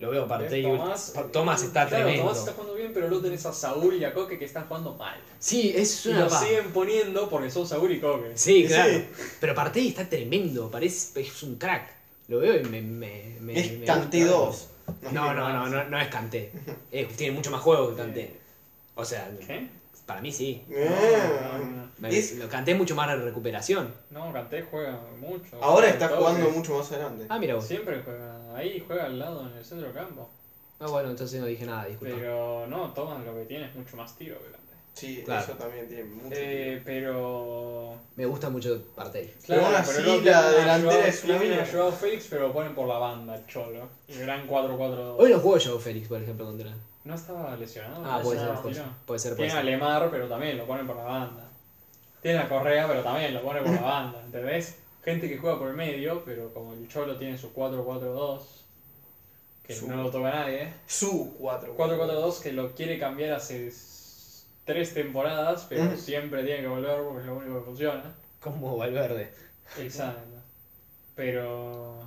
A: Lo veo Partey.
B: Eh, Tomás, eh,
A: Pa- Tomás está
B: claro,
A: tremendo.
B: Tomás está jugando bien, pero luego tenés a Saúl y a Coque que están jugando mal.
A: Sí, es
B: Y
A: una
B: lo
A: paja.
B: siguen poniendo porque son Saúl y Coque.
A: Sí,
C: Sí.
A: claro. Pero Partey está tremendo. Parece es un crack. Lo veo y me. me, me
C: Es
A: me
C: Kanté
A: gusta.
C: 2.
A: No, no, no, no, no es Kanté. Eh, tiene mucho más juego que Kanté. O sea,
B: ¿Qué?
A: para mí sí.
B: No, no,
C: Ah.
B: no.
A: Me-
C: Es-
A: Lo Kanté Ah, es mucho más de recuperación.
B: No, Kanté juega mucho. Juega
C: Ahora está
B: Coque.
C: jugando mucho más adelante.
A: Ah, mira vos.
B: Siempre juega ahí, juega al lado en el centro del campo.
A: Ah, bueno, entonces no dije nada, disculpa.
B: Pero no, Thomas lo que tiene es mucho más tiro que Kanté.
C: Sí,
A: Claro.
C: eso también tiene mucho.
B: Eh, pero.
A: Me gusta mucho Partey.
C: Pero aún así, la delantera es una mina.
B: Joao Félix, pero lo ponen por la banda, el cholo. Y gran 4-4-2.
A: Hoy no jugó Joe Félix, por ejemplo, contra.
B: No estaba lesionado.
A: Ah, puede ser,
D: no,
A: puede ser.
B: no.
A: Puede ser, puede
B: Tiene a
A: ser.
B: Lemar, pero también lo ponen por la banda. Tiene a Correa, pero también lo pone por la banda, ¿entendés? Gente que juega por el medio, pero como el Cholo tiene su 4-4-2, que
C: Su-
B: no lo toca nadie.
C: Su 4.
B: 4-4-2 que lo quiere cambiar hace s- tres temporadas, pero
C: Ujú.
B: siempre tiene que volver porque es lo único que funciona.
A: Como Valverde.
B: Exacto. Pero...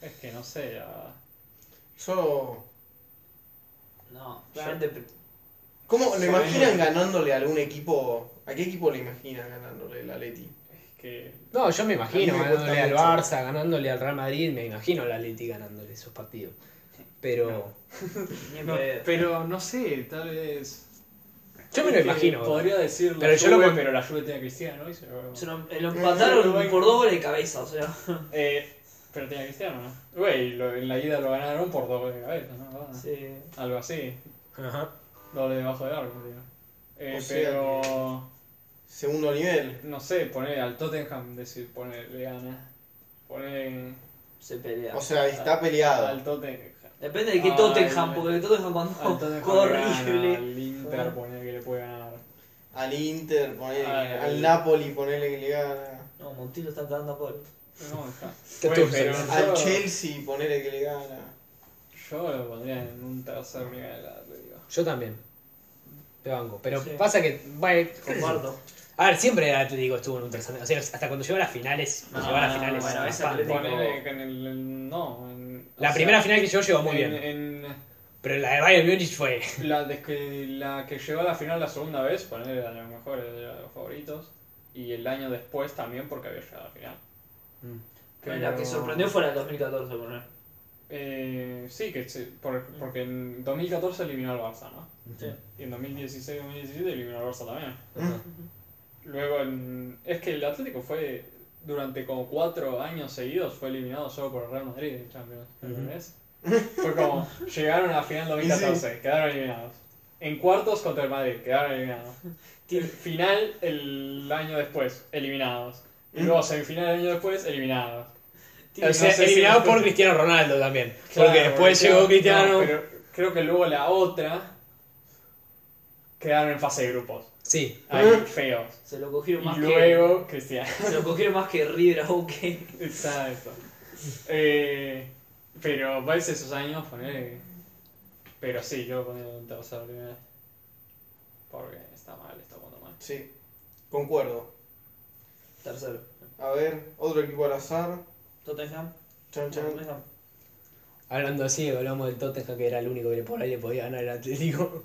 B: Es que no sé, ah,
C: Yo.
D: No,
C: Claro.
D: yo te-
C: ¿Cómo
B: Sí.
C: le imaginan ganándole a algún equipo? ¿A qué equipo le imaginan ganándole el Atleti?
B: es que...
A: No, yo me
C: A
A: imagino
C: mí me
A: ganándole
C: cuesta
A: al
C: mucho.
A: Barça, ganándole al Real Madrid, me imagino al Atleti ganándole esos partidos. Pero
D: ni en
B: no,
D: pedo.
B: pero no sé, tal vez...
A: yo me lo
B: Es que
A: imagino.
B: Podría decir la
A: Pero yo lo
B: Juve,
A: con-
B: pero la Juve tiene a Cristiano, ¿y? Se lo-
D: Se lo, eh, lo empataron
B: Uruguay-
D: por dos goles de cabeza, o sea.
B: Eh, pero tenía Cristiano, ¿no? Güey, lo- en la ida lo ganaron por dos goles de cabeza, ¿no?
D: Sí.
B: Algo así,
A: Ajá.
B: doble debajo del arco, tío. Eh,
C: O sea
B: pero...
C: Segundo nivel.
B: No sé, poner al Tottenham, decir, ponerle gana. Poner
D: Se pelea.
C: O sea, está peleado.
B: al Tottenham.
D: Depende de qué
B: Ay,
D: Tottenham,
B: ay.
D: porque el Tottenham cuando
A: Oh,
B: Al ah, Tottenham
D: corre
B: le gana,
D: horrible.
B: al Inter, poner que le puede ganar.
C: Al Inter, ponele.
B: Al-
C: Al Napoli, ponele que le gana.
D: No, Montilo está cagando a gol.
B: No, está.
A: Qué
B: Güey,
A: turbio.
B: pero
C: Al
B: yo,
C: Chelsea, ponele que le gana.
B: yo lo pondría en un tercer nivel, te digo.
A: Yo también. Te banco. Pero
D: Sí.
A: pasa que. bueno,
D: Comparto.
A: a ver, siempre el Atlético estuvo en un tercer. O sea, hasta cuando llegó a las finales. cuando
D: No,
A: llegó a
B: Ah,
A: las finales.
D: bueno, esa
A: bastante.
D: Atlético-
B: Ponele que en el. en- no, en- o
A: la
B: sea, eh,
A: primera final que llegó llegó muy
B: en-
A: bien.
B: En,
A: Pero la de Bayern Múnich fue.
B: la, de que, la que llegó a la final la segunda vez, ponele era de los mejores, era de los favoritos. Y el año después también, porque había llegado a la final.
D: Pero La que sorprendió fue la del 2014, por ejemplo.
B: Eh, sí, que se- por- porque en 2014 eliminó al Barça, ¿no?
D: Sí.
B: Y en 2016-2017 eliminó al Barça también.
A: Ajá.
B: Luego, en- es que el Atlético fue, durante como cuatro años seguidos, fue eliminado solo por el Real Madrid en Champions. ¿entendés? Fue como, llegaron a la final 2014, quedaron eliminados. En cuartos contra el Madrid, quedaron eliminados.
D: Tiene-
B: Final el año después, eliminados. Y luego semifinal el año después, eliminados.
D: tiene-
A: O sea,
B: No sé si
A: eliminado
B: después-
A: por Cristiano Ronaldo también.
B: Claro,
A: porque después
B: claro,
A: llegó Cristiano.
B: no, pero creo que luego la otra quedaron en fase de grupos.
A: Sí.
B: Ahí,
C: ¿Eh?
B: feos.
D: Se lo cogieron más
B: Y
D: que.
B: luego Cristiano.
D: Se lo cogieron más que River o que.
B: Exacto. Eh, pero vais esos años, poner. Pero sí, yo ponía un tercer nivel. Porque está mal, está jugando mal.
C: Sí, concuerdo.
D: Tercero.
C: A ver, otro equipo al azar.
D: Tottenham.
C: Chan, chan.
D: Tottenham.
A: Hablando así, hablamos del Tottenham que era el único que por ahí le podía ganar el Atlético.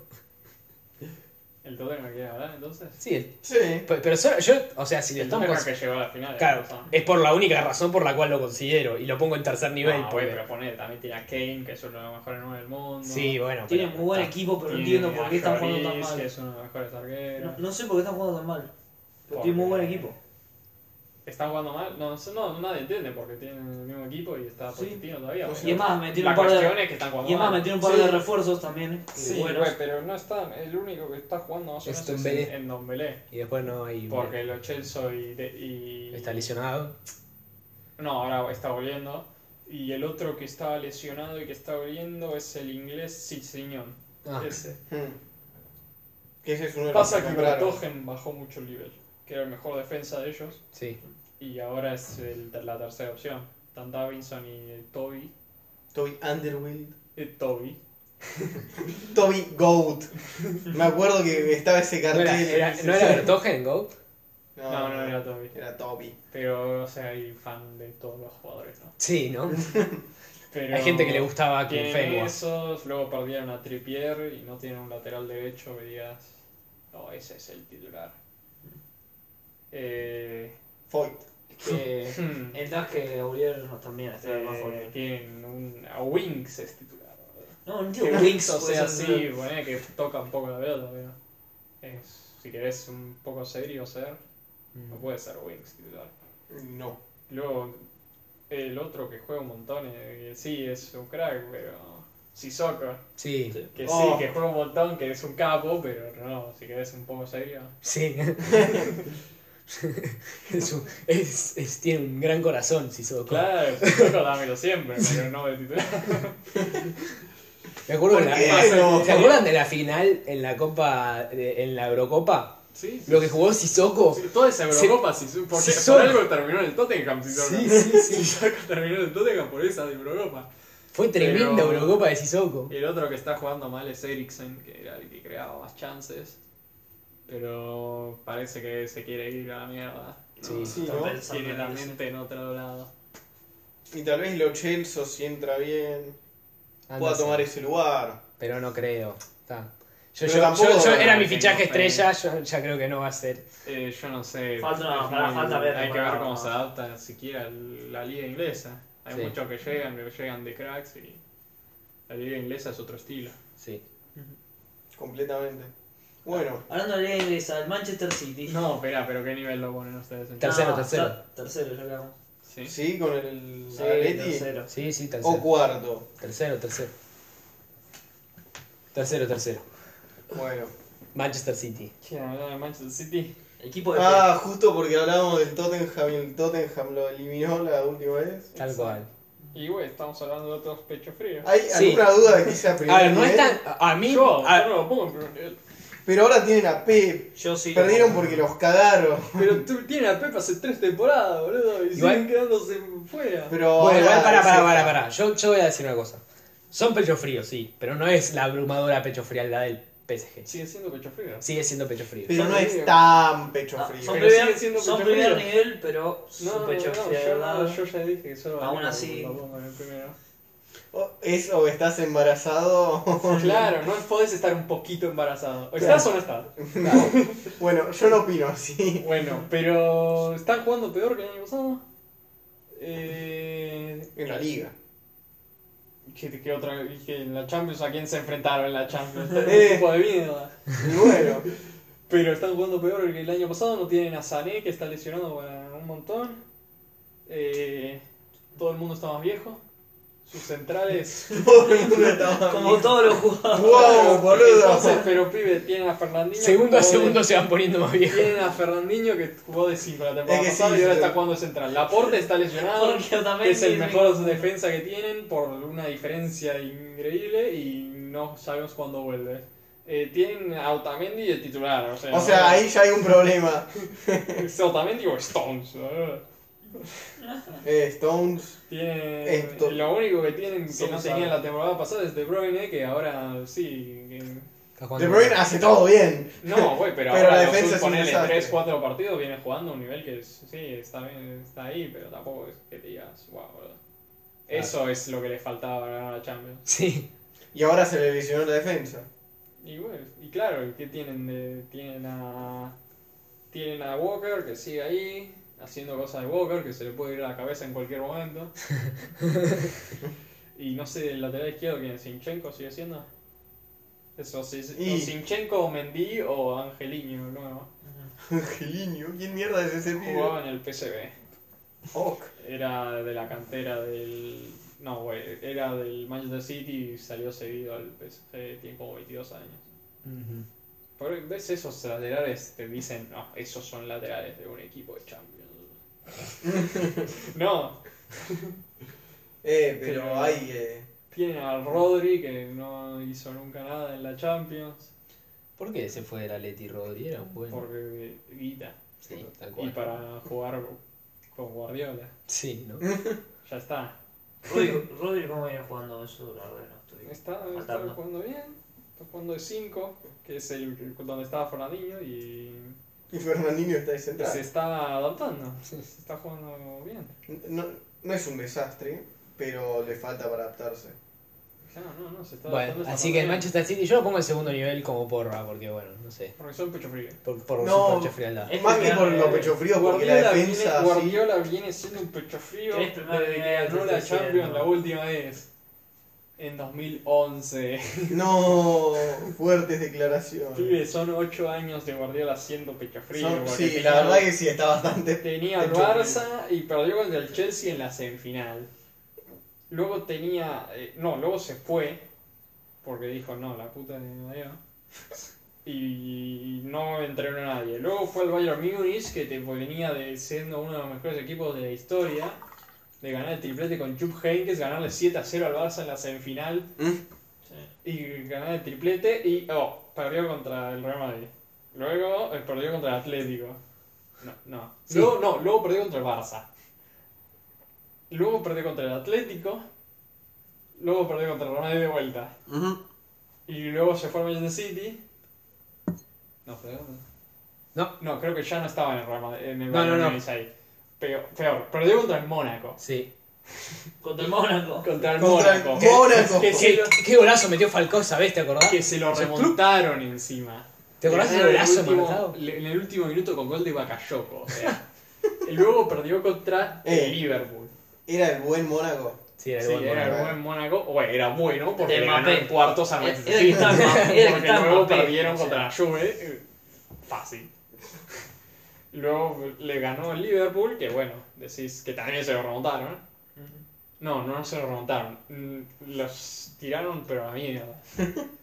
B: ¿El Tottenham quiere hablar entonces?
A: Sí, el-
C: Sí.
A: pe- pero solo, yo, o sea, si lo
B: El
A: estamos
B: Tottenham
A: cons-
B: que llegó a la final.
A: Claro,
B: ¿no?
A: es por la única razón por la cual lo considero y lo pongo en tercer nivel.
B: Ah,
A: porque-
B: bueno, pero poner, también tiene a Kane, que es uno de los mejores nueve del mundo.
A: Sí, bueno.
D: Tiene
A: pero-
D: muy buen
A: está-
D: equipo, pero no
B: Tiene
D: entiendo por
B: a
D: qué están
B: Lloris,
D: jugando tan
B: que
D: mal.
B: es uno de los mejores
D: No,
B: arqueros.
D: no sé por qué están jugando tan mal. Pero
B: Porque-
D: tiene muy buen equipo.
B: ¿Están jugando mal? No, no, no, nadie entiende porque tienen el mismo equipo y está
D: Sí.
B: Pochettino todavía.
C: Y
B: pero
D: Y es más, metieron
B: la
D: un par
B: cuestión
D: de.
B: es que están jugando
D: Y es más,
B: mal.
D: metieron un par
C: Sí.
D: de refuerzos también. que
B: Sí,
D: buenos.
B: güey, pero no está, el único que está jugando más o
A: Es
B: menos es
A: Dembélé.
B: en, en Dombelé.
A: Y después no hay.
B: Porque lo Chelso y, de- y-
A: Está lesionado.
B: No, ahora está volviendo. Y el otro que estaba lesionado y que está volviendo es el inglés Sixiñón.
A: Ah,
B: Ese.
C: Hmm. Que ese es uno de los
B: Pasa
C: que
B: que
C: compraron.
B: Vertogen bajó mucho el nivel, que era el mejor defensa de ellos.
A: sí.
B: Y ahora es el- la tercera opción. Tan Davinson y el Toby.
C: Toby Underwood.
B: El Toby.
C: Toby Goat. Me acuerdo que estaba
A: ¿No
C: ese cartel.
A: era, era- no era Vertogen, Goat?
C: No,
B: No, no era Toby.
C: Era Toby.
B: Pero, o sea, hay fan de todos los jugadores, ¿no?
A: Sí, ¿no?
B: Pero
A: Hay gente que le gustaba a Kim
B: Tienen
A: Fenwa.
B: esos, luego perdieron a Trippier y no tienen un lateral derecho que digas, no, ese es el titular. Eh,
C: Foyt.
D: Que.
B: hmm,
D: El Dash que volvieron también está
B: eh,
D: más fuerte.
B: tienen un, a Winks es titular. ¿verdad?
D: No, no
B: Que
D: entiendo. Wings,
B: o sea,
D: sí.
B: sí, bueno, que toca un poco la pelota, pero es- si querés un poco serio ser, no puede ser Winks titular.
C: No.
B: Luego, el otro que juega un montón, eh, sí, es un crack, pero... Sissoko,
A: Sí.
D: Sí.
B: que
C: Oh.
B: sí, que juega un montón, que es un capo, pero no, si querés un poco serio.
A: Sí. es un- es- es- tiene un gran corazón, Sissoko.
B: Claro, Sissoko dámelo siempre, pero no de titular.
A: Me acuerdo
C: ¿Por
A: de la-
C: qué
A: ¿Se
C: no?
A: se acuerdan de la final en la Copa, de- en la Eurocopa?
B: Sí, sí.
A: Lo que jugó Sissoko.
B: Sí, toda esa Eurocopa, si, su- ¿por, qué?
A: Sissoko.
B: por algo terminó en el Tottenham, Sissoko.
A: Sí, sí, sí.
B: Sissoko terminó en el Tottenham por esa de Eurocopa.
A: Fue tremenda
B: Pero-
A: Eurocopa de Sissoko.
B: El otro que está jugando mal es Eriksen, que era el que creaba más chances. Pero parece que se quiere ir a la mierda. ¿no?
A: Sí.
C: Sí,
D: Están
C: ¿no?
D: pensando
B: Tiene
D: en
B: la
D: irse.
B: mente en otro lado.
C: Y tal vez Lo Celso, si entra bien,
A: Anda a
C: pueda
A: saber.
C: tomar ese lugar.
A: Pero no creo. Está. Yo,
C: Pero
A: yo-
C: tampoco-
A: yo- yo- era mi
B: tengo
A: fichaje
B: fe.
A: estrella, yo ya creo que no va a ser.
B: Eh, yo no sé.
D: Falta- no,
B: es
D: pará, falta ver
B: Hay que
D: temporada
B: ver cómo
D: más.
B: se adapta siquiera el- la liga inglesa. Hay
A: Sí.
B: muchos que llegan, que llegan de cracks y. La liga inglesa es otro estilo.
A: Sí.
C: Completamente. Bueno,
D: Hablando de la liga inglesa, el Manchester City.
B: No, espera, pero ¿qué nivel lo ponen ustedes? en-
A: Ter- tercero,
D: No,
A: tercero.
D: ter- tercero, ya quedamos.
B: ¿Sí?
C: sí, con el
D: Sí,
C: Atleti.
D: tercero.
A: Sí, sí, tercero.
C: O cuarto.
A: Tercero, tercero. Tercero, tercero.
C: Bueno.
A: Manchester City.
B: ¿Quieren hablar de Manchester City?
D: Equipo de
C: Ah, justo porque hablábamos del Tottenham y el Tottenham lo eliminó la última vez.
A: Tal cual.
B: Y güey, estamos hablando de otros pechos fríos.
C: ¿Hay
A: Sí.
C: alguna duda de que sea primero?
A: A ver, no es tan. A a mí.
B: Yo,
A: a-
B: yo no lo pongo en primer nivel.
C: Pero ahora tienen a Pep.
D: Yo sí. lo-
C: Perdieron porque los cagaron.
B: Pero tú tienes a Pepa hace tres temporadas, boludo, y
A: Igual-
B: siguen quedándose fuera.
C: Pero
A: Bueno, igual,
C: ahora
A: para, para,
C: es
A: para,
C: esta.
A: para. Yo, yo voy a decir una cosa. Son pecho frío, sí, pero no es la abrumadora pecho frialdad del PSG.
B: Siguen siendo pechos fríos.
A: Sigue siendo pecho frío.
C: Pero
B: Son
C: no es
B: fríos.
C: tan pecho
D: Ah,
C: frío.
D: son
B: Pero
D: primer,
B: siguen siendo
D: son
B: pecho
D: primer
B: frío.
D: nivel, pero su pecho
B: yo,
D: frialdad.
B: yo ya dije que solo
D: Aún
B: Barcelona
D: así.
B: lo pongo en el primero.
C: O- Es o estás embarazado. o-
B: Claro, no podés estar un poquito embarazado. O estás o no estás.
C: bueno, yo no opino así.
B: Bueno, pero ¿están jugando peor que el año pasado? Eh,
C: En la liga.
B: ¿qué, qué otra? Dije, en la Champions, ¿a quién se enfrentaron en la Champions? Un
C: Eh.
B: equipo de mierda.
C: Y bueno,
B: Pero están jugando peor que el año pasado, no tienen a Sané que está lesionado para un montón. Eh, todo el mundo está más viejo. Sus centrales.
C: todo el mundo estaba
D: Como todos los jugadores.
C: Wow, boludo.
B: Entonces, pero pibe, tienen a Fernandinho. que
A: Segundo a
B: jugó de-
A: segundo se van poniendo más viejos.
B: Tienen a Fernandinho que jugó de 5 la temporada
C: Es que sí,
B: pasada y ahora
C: sí.
B: está jugando de central. Laporte está lesionado,
D: Porque Otamendi
B: que es el
D: es
B: mejor
D: mi-
B: defensa que tienen por una diferencia increíble y no sabemos cuándo vuelve. Eh, tienen a Otamendi de titular, o sea,
C: O sea, ahí ya hay un problema.
B: es Otamendi o Stones. ¿no?
C: Eh, Stones.
B: Tienen-
C: Esto-
B: Lo único que tienen que no
C: Somos
B: tenían
C: algo.
B: la temporada pasada es De Bruyne, que ahora sí. que-
A: Está jugando
C: De Bruyne
A: bien.
C: hace todo bien.
B: No, güey, pero,
C: Pero
B: ahora
C: la
B: los
C: defensa es un
B: ponele
C: desastre.
B: 3, 4 partidos viene jugando a un nivel que es- sí, está, bien, está ahí, pero tampoco es que digas, wow, boludo. Eso es lo que le faltaba para ganar la Champions.
A: Sí.
C: Y ahora se le lesionó la defensa.
B: Y bueno, y claro, ¿y ¿qué tienen de, tienen a tienen a Walker que sigue ahí haciendo cosas de Walker que se le puede ir a la cabeza en cualquier momento. y no sé, el lateral izquierdo quién Sinchenko sigue siendo. Eso sí,
C: Y-
B: o Sinchenko o Mendy o Angeliño, nuevo.
C: Angelinho, ¿quién mierda es ese pibe?
B: Jugaba en el PSV.
C: Ok.
B: Era de la cantera del. No, güey, era del Manchester City y salió seguido al PSG, tiene como 22 años. Por, ¿Ves esos laterales? Te dicen, no, esos son laterales de un equipo de Champions. no,
C: Eh, pero
B: Pero-
C: hay. eh,
B: tienen a Rodri que no hizo nunca nada en la Champions
A: ¿Por qué se fue el Atleti Rodri? Era un buen.
B: porque guita.
A: Sí, tal
B: Y
A: cual.
B: para Mm. jugar con Guardiola.
A: Sí, ¿no?
B: Ya está.
D: Rodri, Rodri, ¿cómo viene jugando eso? La verdad, no estoy.
B: Está,
D: matando.
B: está jugando bien, está jugando de 5, que es el donde estaba Fernandinho y
C: Y Fernandinho está ahí
B: y se
C: central.
B: está adaptando, se está jugando bien.
C: No, no es un desastre, pero le falta para adaptarse.
B: Claro, no, no, se está adaptando.
A: Bueno,
B: está
A: así
B: jugando
A: que el
B: bien.
A: Manchester City, yo lo pongo en segundo nivel como porra, porque bueno, no sé.
B: Porque son pecho frío.
A: Por, por
C: No.
A: su pecho frialdad.
D: Es
C: Más que
D: primera-
C: por los pecho fríos, porque la
B: Este Guardiola
C: defensa.
B: Viene,
C: sí.
B: Guardiola viene siendo un pecho frío
D: ¿Querés primero
B: desde que
D: que
B: ganó
D: te
B: la
D: estoy
B: Champions
D: diciendo?
B: la última vez. En 2011.
C: No, fuertes declaraciones.
B: Pibe, son 8 años de Guardiola siendo pecho frío.
C: Son-
B: porque
C: sí,
B: tenía-
C: la verdad que sí, está bastante.
B: Tenía el
C: Pecho frío.
B: Barça y perdió contra el Chelsea en la semifinal. Luego tenía. eh, no, luego se fue porque dijo, no, la puta de Madera. Y no entrenó a nadie. Luego fue el Bayern Múnich, que te venía de siendo uno de los mejores equipos de la historia, de ganar el triplete con Chuck Heynckes, ganarle 7 a 0 al Barça en la semifinal y ganar el triplete y oh, perdió contra el Real Madrid. Luego eh, perdió contra el Atlético. No, no.
A: Sí.
B: Luego, no, luego perdió contra el Barça. Luego perdió contra el Atlético. Luego perdió contra el Real Madrid de vuelta.
C: Ujú.
B: Y luego se fue al Manchester City. No, perdió.
A: No.
B: No, creo que ya no estaba en el Real Madrid. En el
A: No,
B: Bayern
A: no, no.
B: Múnich ahí. Peor, peor, perdió contra el Mónaco.
A: Sí.
D: Contra el Mónaco.
B: Contra el
C: Contra el
B: Mónaco.
C: Mónaco.
B: Que se
A: ¿Qué,
B: lo-
A: qué golazo metió Falcao, ¿sabés? ¿Te acordás?
B: que se lo
A: Ese club.
B: remontaron encima.
A: ¿Te acordás del
B: Ganaron el
A: golazo
B: último-
A: marcado?
B: le- En el último minuto con gol de Bakayoko. O sea, y luego perdió contra
C: Eh.
B: el Liverpool.
C: Era el buen Mónaco.
A: Sí, era el
B: Sí,
A: buen
B: era
A: Mónaco.
B: el buen Mónaco. Bueno, era bueno porque
D: De
B: le ganó
D: Mbappé.
B: en cuartos a
D: Era-
B: Manchester
D: era que
B: City.
D: estaba Mbappé, era que
B: Porque
D: estaba
B: luego
D: Mbappé,
B: perdieron
D: o sea.
B: contra la Juve. eh, Fácil. Luego le ganó el Liverpool, que bueno, decís que también se lo remontaron. ¿eh? No, no se lo remontaron. Mm, Los tiraron, pero a la mierda.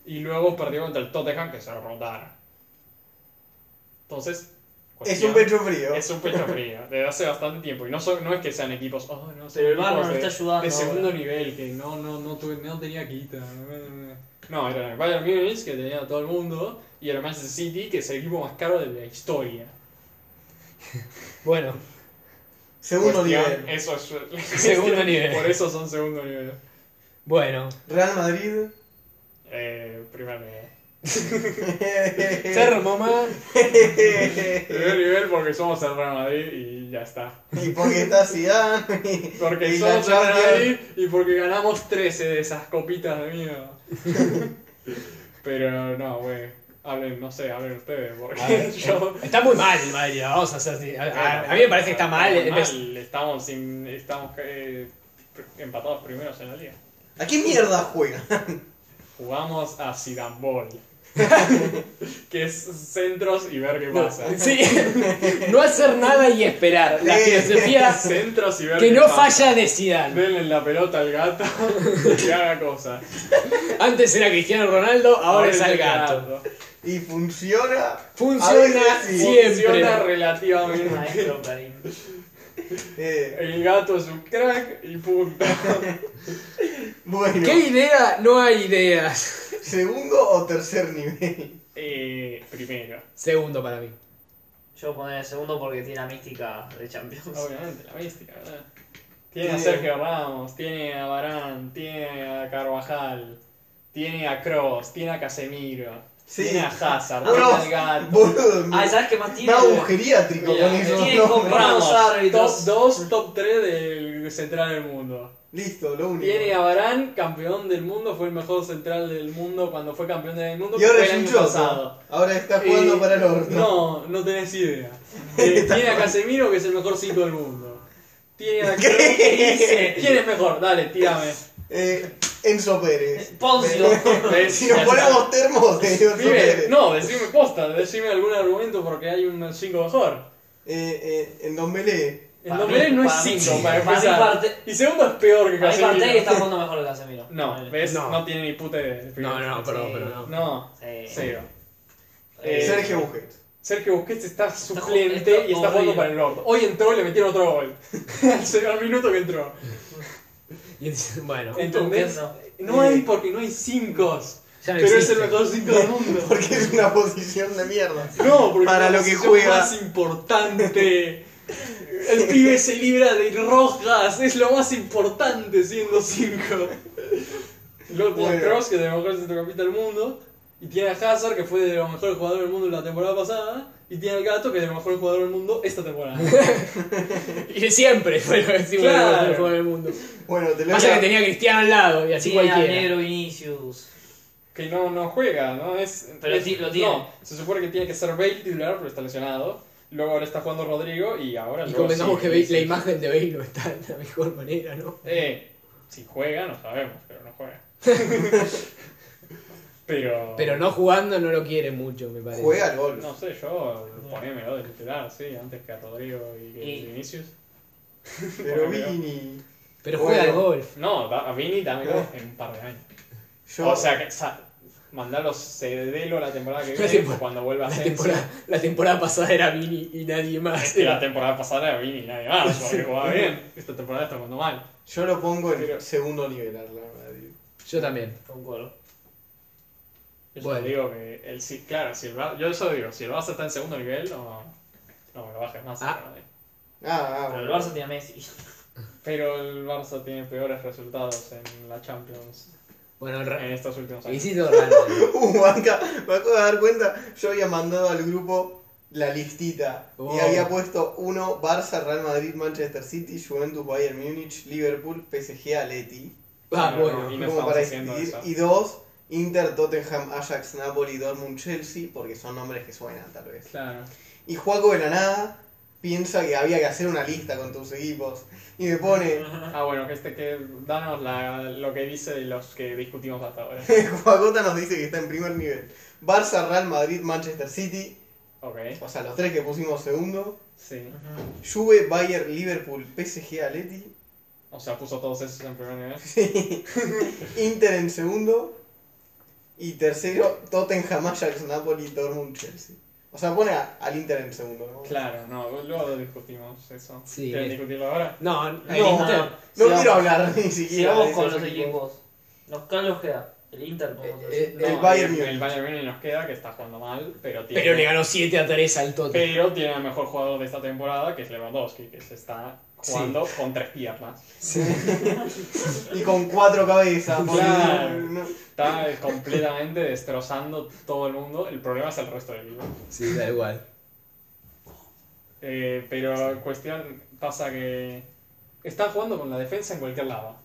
B: Y luego perdió contra el Tottenham, que se lo remontaron. Entonces.
C: Es
B: cuestión-
C: un pecho frío.
B: es un pecho frío, desde hace bastante tiempo. Y no, son- no es que sean equipos. Oh, no, son
D: Pero el Bar no
B: equipos
D: nos
B: de,
D: está ayudando
B: de segundo
D: ahora.
B: nivel, que no, no, no, tuve- no tenía quita. No, era el Bayern Munich, que tenía a todo el mundo, y el Manchester City, que es el equipo más caro de la historia.
A: Bueno,
C: Segundo
B: Cuestión,
C: nivel.
B: Eso es.
A: Segundo nivel.
B: Por eso son segundo nivel.
A: bueno.
C: Real Madrid.
B: Eh, primer nivel.
A: Se armó más.
B: Primer nivel porque somos el Real Madrid y ya está.
C: y porque está Zidane. y-
B: Porque
C: y la
B: somos el Real
C: Champions.
B: Madrid y porque ganamos 13 de esas copitas de miedo. Pero no, güey. Hablen, no sé, hablen ustedes,
A: A
B: porque
A: ver,
B: yo.
A: Está muy mal el Madrid, la vamos a hacer así. A, a- a mí me parece que está mal.
B: Estamos
A: en vez-
B: mal, Estamos, sin- estamos eh, pr- empatados primeros en la liga.
C: ¿A qué mierda juega?
B: Jugamos a Sidambol. que es centros y ver qué pasa.
A: Sí. no hacer nada y esperar. La filosofía
B: Centros y ver
A: que
B: qué
A: no
B: pasa.
A: falla de Zidane.
B: Denle la pelota al gato y haga cosas.
A: Antes era Cristiano Ronaldo, ahora es al
B: el
A: gato.
C: Y funciona.
A: Funciona
C: A veces sí.
B: Funciona
A: siempre.
D: El
B: relativamente.
D: maestro, Karim.
C: Eh,
B: El gato es un crack y punto.
C: bueno,
A: ¿Qué idea? No hay ideas.
C: segundo o tercer nivel.
B: Eh, primero.
A: Segundo para mí.
D: Yo voy a poner el segundo porque tiene la mística de Champions.
B: Obviamente, la mística, ¿verdad? Tiene
C: Tiene-
B: a Sergio Ramos, tiene a Barán, tiene a Carvajal, tiene a Cross, tiene a Casemiro,
C: Sí.
B: tiene a Hazard, tiene
C: Boludo,
B: al gato.
C: boludo, me-
D: Ah, ¿sabes qué más
C: me
D: tiene?
C: hago geriátrico
B: Mira,
C: con esos
D: tiene
C: nombres.
D: compra- Buenos
B: top
D: árbitros.
B: 2, top 3 del central del mundo.
C: Listo, lo único.
B: Tiene a Barán, campeón del mundo, fue el mejor central del mundo cuando fue campeón del mundo.
C: y ahora
B: fue
C: es
B: el
C: un
B: año
C: choto.
B: pasado.
C: Ahora está jugando
B: Eh,
C: para el horno.
B: No, no tenés idea. Eh, tiene a Casemiro, que es el mejor 5 del mundo. Tiene a ¿Quién es mejor? Dale, tírame.
C: Eh, Enzo Pérez.
D: Poncio.
B: Ves,
C: Si
B: Eh, ya
C: nos
B: está.
C: ponemos termos de Enzo
B: Pibe,
C: Pérez.
B: no, decime posta, decime algún argumento porque hay un 5 mejor.
C: Eh, eh, en Don Belé.
B: El
D: Para
B: Dombele
D: mí-
B: no es
D: para mí
B: 5
D: sí.
B: para
D: Para mí
B: empezar.
D: parte-
B: y segundo es peor que
D: Para mí Partey
B: Casemiro.
D: está jugando mejor que Casemiro.
B: No, ves,
A: No.
B: no. tiene ni puta idea.
A: No, no, no, perdón,
D: Sí.
A: pero no.
B: No,
D: Sí.
B: cero.
D: Eh,
B: Eh,
C: Sergio Busquets.
B: Sergio Busquets está
D: está
B: suplente y está jugando
D: horrible.
B: para el Lord. Hoy entró y le metieron otro gol. Al al minuto que entró.
A: Y es- bueno,
B: ¿Entendés?
D: No.
B: No hay
C: Eh,
B: porque no hay 5
A: ya no
B: Pero es
A: existe.
B: el mejor 5 del mundo.
C: Porque es una posición de mierda.
B: No, porque
C: Para
B: es la
C: lo que
B: posición
C: juega.
B: más importante. El pibe se libra de rojas, es lo más importante siendo 5. Luego tiene a
C: Bueno.
B: Cross, que es el mejor centrocampista del mundo. Y tiene a Hazard, que fue de los mejores jugadores del mundo la temporada pasada. Y tiene al Gato, que es el mejor jugador del mundo esta temporada.
A: Y de siempre fue lo que decimos
B: Claro.
A: del mejor jugador del mundo.
C: Bueno, te lo
A: Pasa que
C: voy a-
A: tenía a Cristiano al lado y así
D: Tiene a
A: cualquiera.
D: Negro Vinicius.
B: que no, no juega, ¿no? Es,
D: Pero
B: es-
D: ti- lo tiene.
B: No, se supone que tiene que ser Bale titular, pero está lesionado. Luego ahora está jugando Rodrigo y ahora...
A: Y
B: luego
A: convengamos
B: sí,
A: que Bale-
B: sí,
A: la
B: sí.
A: imagen de Bale no está de la mejor manera, ¿no?
B: Eh, si juega, no sabemos, pero no juega. pero...
A: Pero no jugando no lo quiere mucho, me parece.
C: Juega al gol.
B: No sé, yo ponémelo de titular, sí, antes que a Rodrigo y que
D: Y-
B: Vinicius.
C: Pero
B: Bueno.
C: Vini.
A: Pero juega
C: Bueno.
A: al golf.
B: No, da- a Vini dámelo en un par de años.
C: Yo,
B: O sea, que sa- mandalo cedelo la temporada que
A: La
B: viene
A: temporada-
B: cuando vuelva a
A: La
B: ser.
A: temporada, la temporada pasada era Vini y nadie
B: Es
A: más.
B: que la
A: Era-
B: temporada pasada era Vini y nadie más. Porque jugaba bien. Esta temporada está jugando mal.
C: yo lo pongo en
B: Pero-
C: segundo nivel, la verdad. tío.
A: Yo también.
D: Concuerdo.
B: Yo
A: Bueno.
B: digo que el sí, claro, si el Bar- yo eso digo, si el Barça está en segundo nivel, no, no me lo bajes más.
A: Ah.
B: pero-
C: Ah, ah,
D: Pero el
C: bueno.
D: Barça tiene a Messi.
B: Pero el Barça tiene peores resultados en la Champions
A: Bueno,
B: en
A: Ra-
B: estos últimos años.
A: Luisito Ronaldo.
C: Uh, banca, me acabo de dar cuenta, yo había mandado al grupo la listita
A: Oh.
C: y había puesto 1 Barça, Real Madrid, Manchester City, Juventus, Bayern Múnich, Liverpool, PSG, Atleti.
A: Ah,
B: No,
A: bueno.
B: Y no
C: como
B: estamos
C: para
B: haciendo
C: decidir.
B: eso.
C: Y 2 Inter, Tottenham, Ajax, Napoli, Dortmund, Chelsea, porque son nombres que suenan tal vez.
B: Claro.
C: Y Juaco de la nada piensa que había que hacer una lista con tus equipos y me pone
B: Ah, bueno, que este que danos la, lo que dice de los que discutimos hasta ahora.
C: Juacota nos dice que está en primer nivel. Barça, Real Madrid, Manchester City,
B: Ok,
C: o sea, los tres que pusimos segundo.
B: sí.
C: Juve, Bayern, Liverpool, PSG, Atleti.
B: O sea, puso todos esos en primer nivel.
C: Inter en segundo. Y tercero, Tottenham, Ajax, Napoli, Dortmund, Chelsea. O sea, pone a- al Inter en segundo, ¿no?
B: Claro, no, luego discutimos eso.
A: Sí.
B: ¿Quieren discutirlo ahora?
A: No, Eh, el
C: No,
A: Inter.
C: No
A: si
C: quiero
A: vamos-
C: hablar ni siquiera.
D: Sigamos
C: de
D: con
C: esos
D: los equipos. Los Carlos queda. El Inter, como
A: Eh,
D: te decía.
A: eh,
C: El
B: No,
C: Bayern
B: el,
C: Múnich.
B: el Bayern Múnich nos queda, que está jugando mal, pero tiene,
A: Pero le ganó 7 a 3 al Tottenham.
B: pero tiene al mejor jugador de esta temporada, que es Lewandowski, que se está jugando con tres piernas.
C: Y con cuatro cabezas. porque
B: Claro.
C: no- no-
B: Está eh, completamente destrozando todo el mundo. El problema es el resto del equipo.
A: Sí, da igual.
B: Eh, pero en cuestión pasa que están jugando con la defensa en cualquier lado.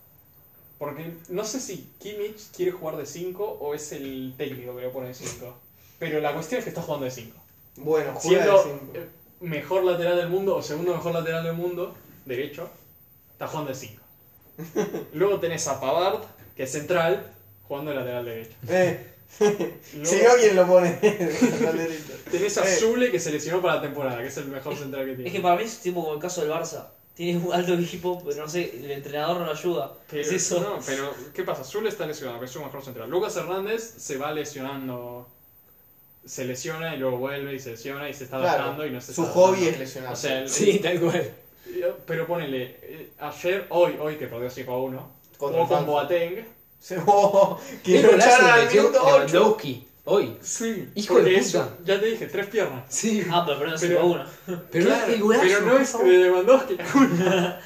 B: Porque no sé si Kimmich quiere jugar de 5 o es el técnico que lo pone de 5. Pero la cuestión es que está jugando de 5.
C: Bueno, juega de
B: Siendo
C: cinco.
B: eh, mejor lateral del mundo o segundo mejor lateral del mundo, derecho, está jugando de 5. Luego tenés a Pavard, que es central, jugando de lateral derecho.
C: Eh,
B: Luego
C: si no, ¿quién lo pone? Al derecho.
B: tenés a
C: eh.
B: Zule, que se lesionó para la temporada, que es el mejor central que tiene.
D: Es que para mí es tipo como el caso del Barça. Tiene un alto equipo, pero no sé, el entrenador no lo ayuda.
B: Pero,
D: es eso.
B: No, pero ¿qué pasa? Zule está lesionado, que es su mejor central. Lucas Hernández se va lesionando. Se lesiona y luego vuelve y se lesiona y se está
C: Claro,
B: adaptando y no se
C: Su
B: está
C: hobby es
B: adaptando.
C: lesionar.
B: O sea, el-
A: Sí, tal cual.
B: pero ponele, eh, ayer, hoy, hoy que perdió 5 a 1,
C: Contra
B: jugó con
C: Francia.
B: Boateng.
C: Se- oh, que
A: ¿Qué
C: lo
A: golazo
C: echaran al
A: metió
C: minuto ocho.
A: Lewandowski hoy?
B: Sí,
A: Hijo de
B: porque
A: puta.
B: eso, ya te dije, tres piernas.
A: Sí.
D: Ah, pero perdón,
B: Pero-
D: 5 a 1.
A: Pero
B: Claro,
A: es el golazo.
B: pero no
A: por
B: es
A: favor.
B: de Lewandowski, la culpa
D: No, no,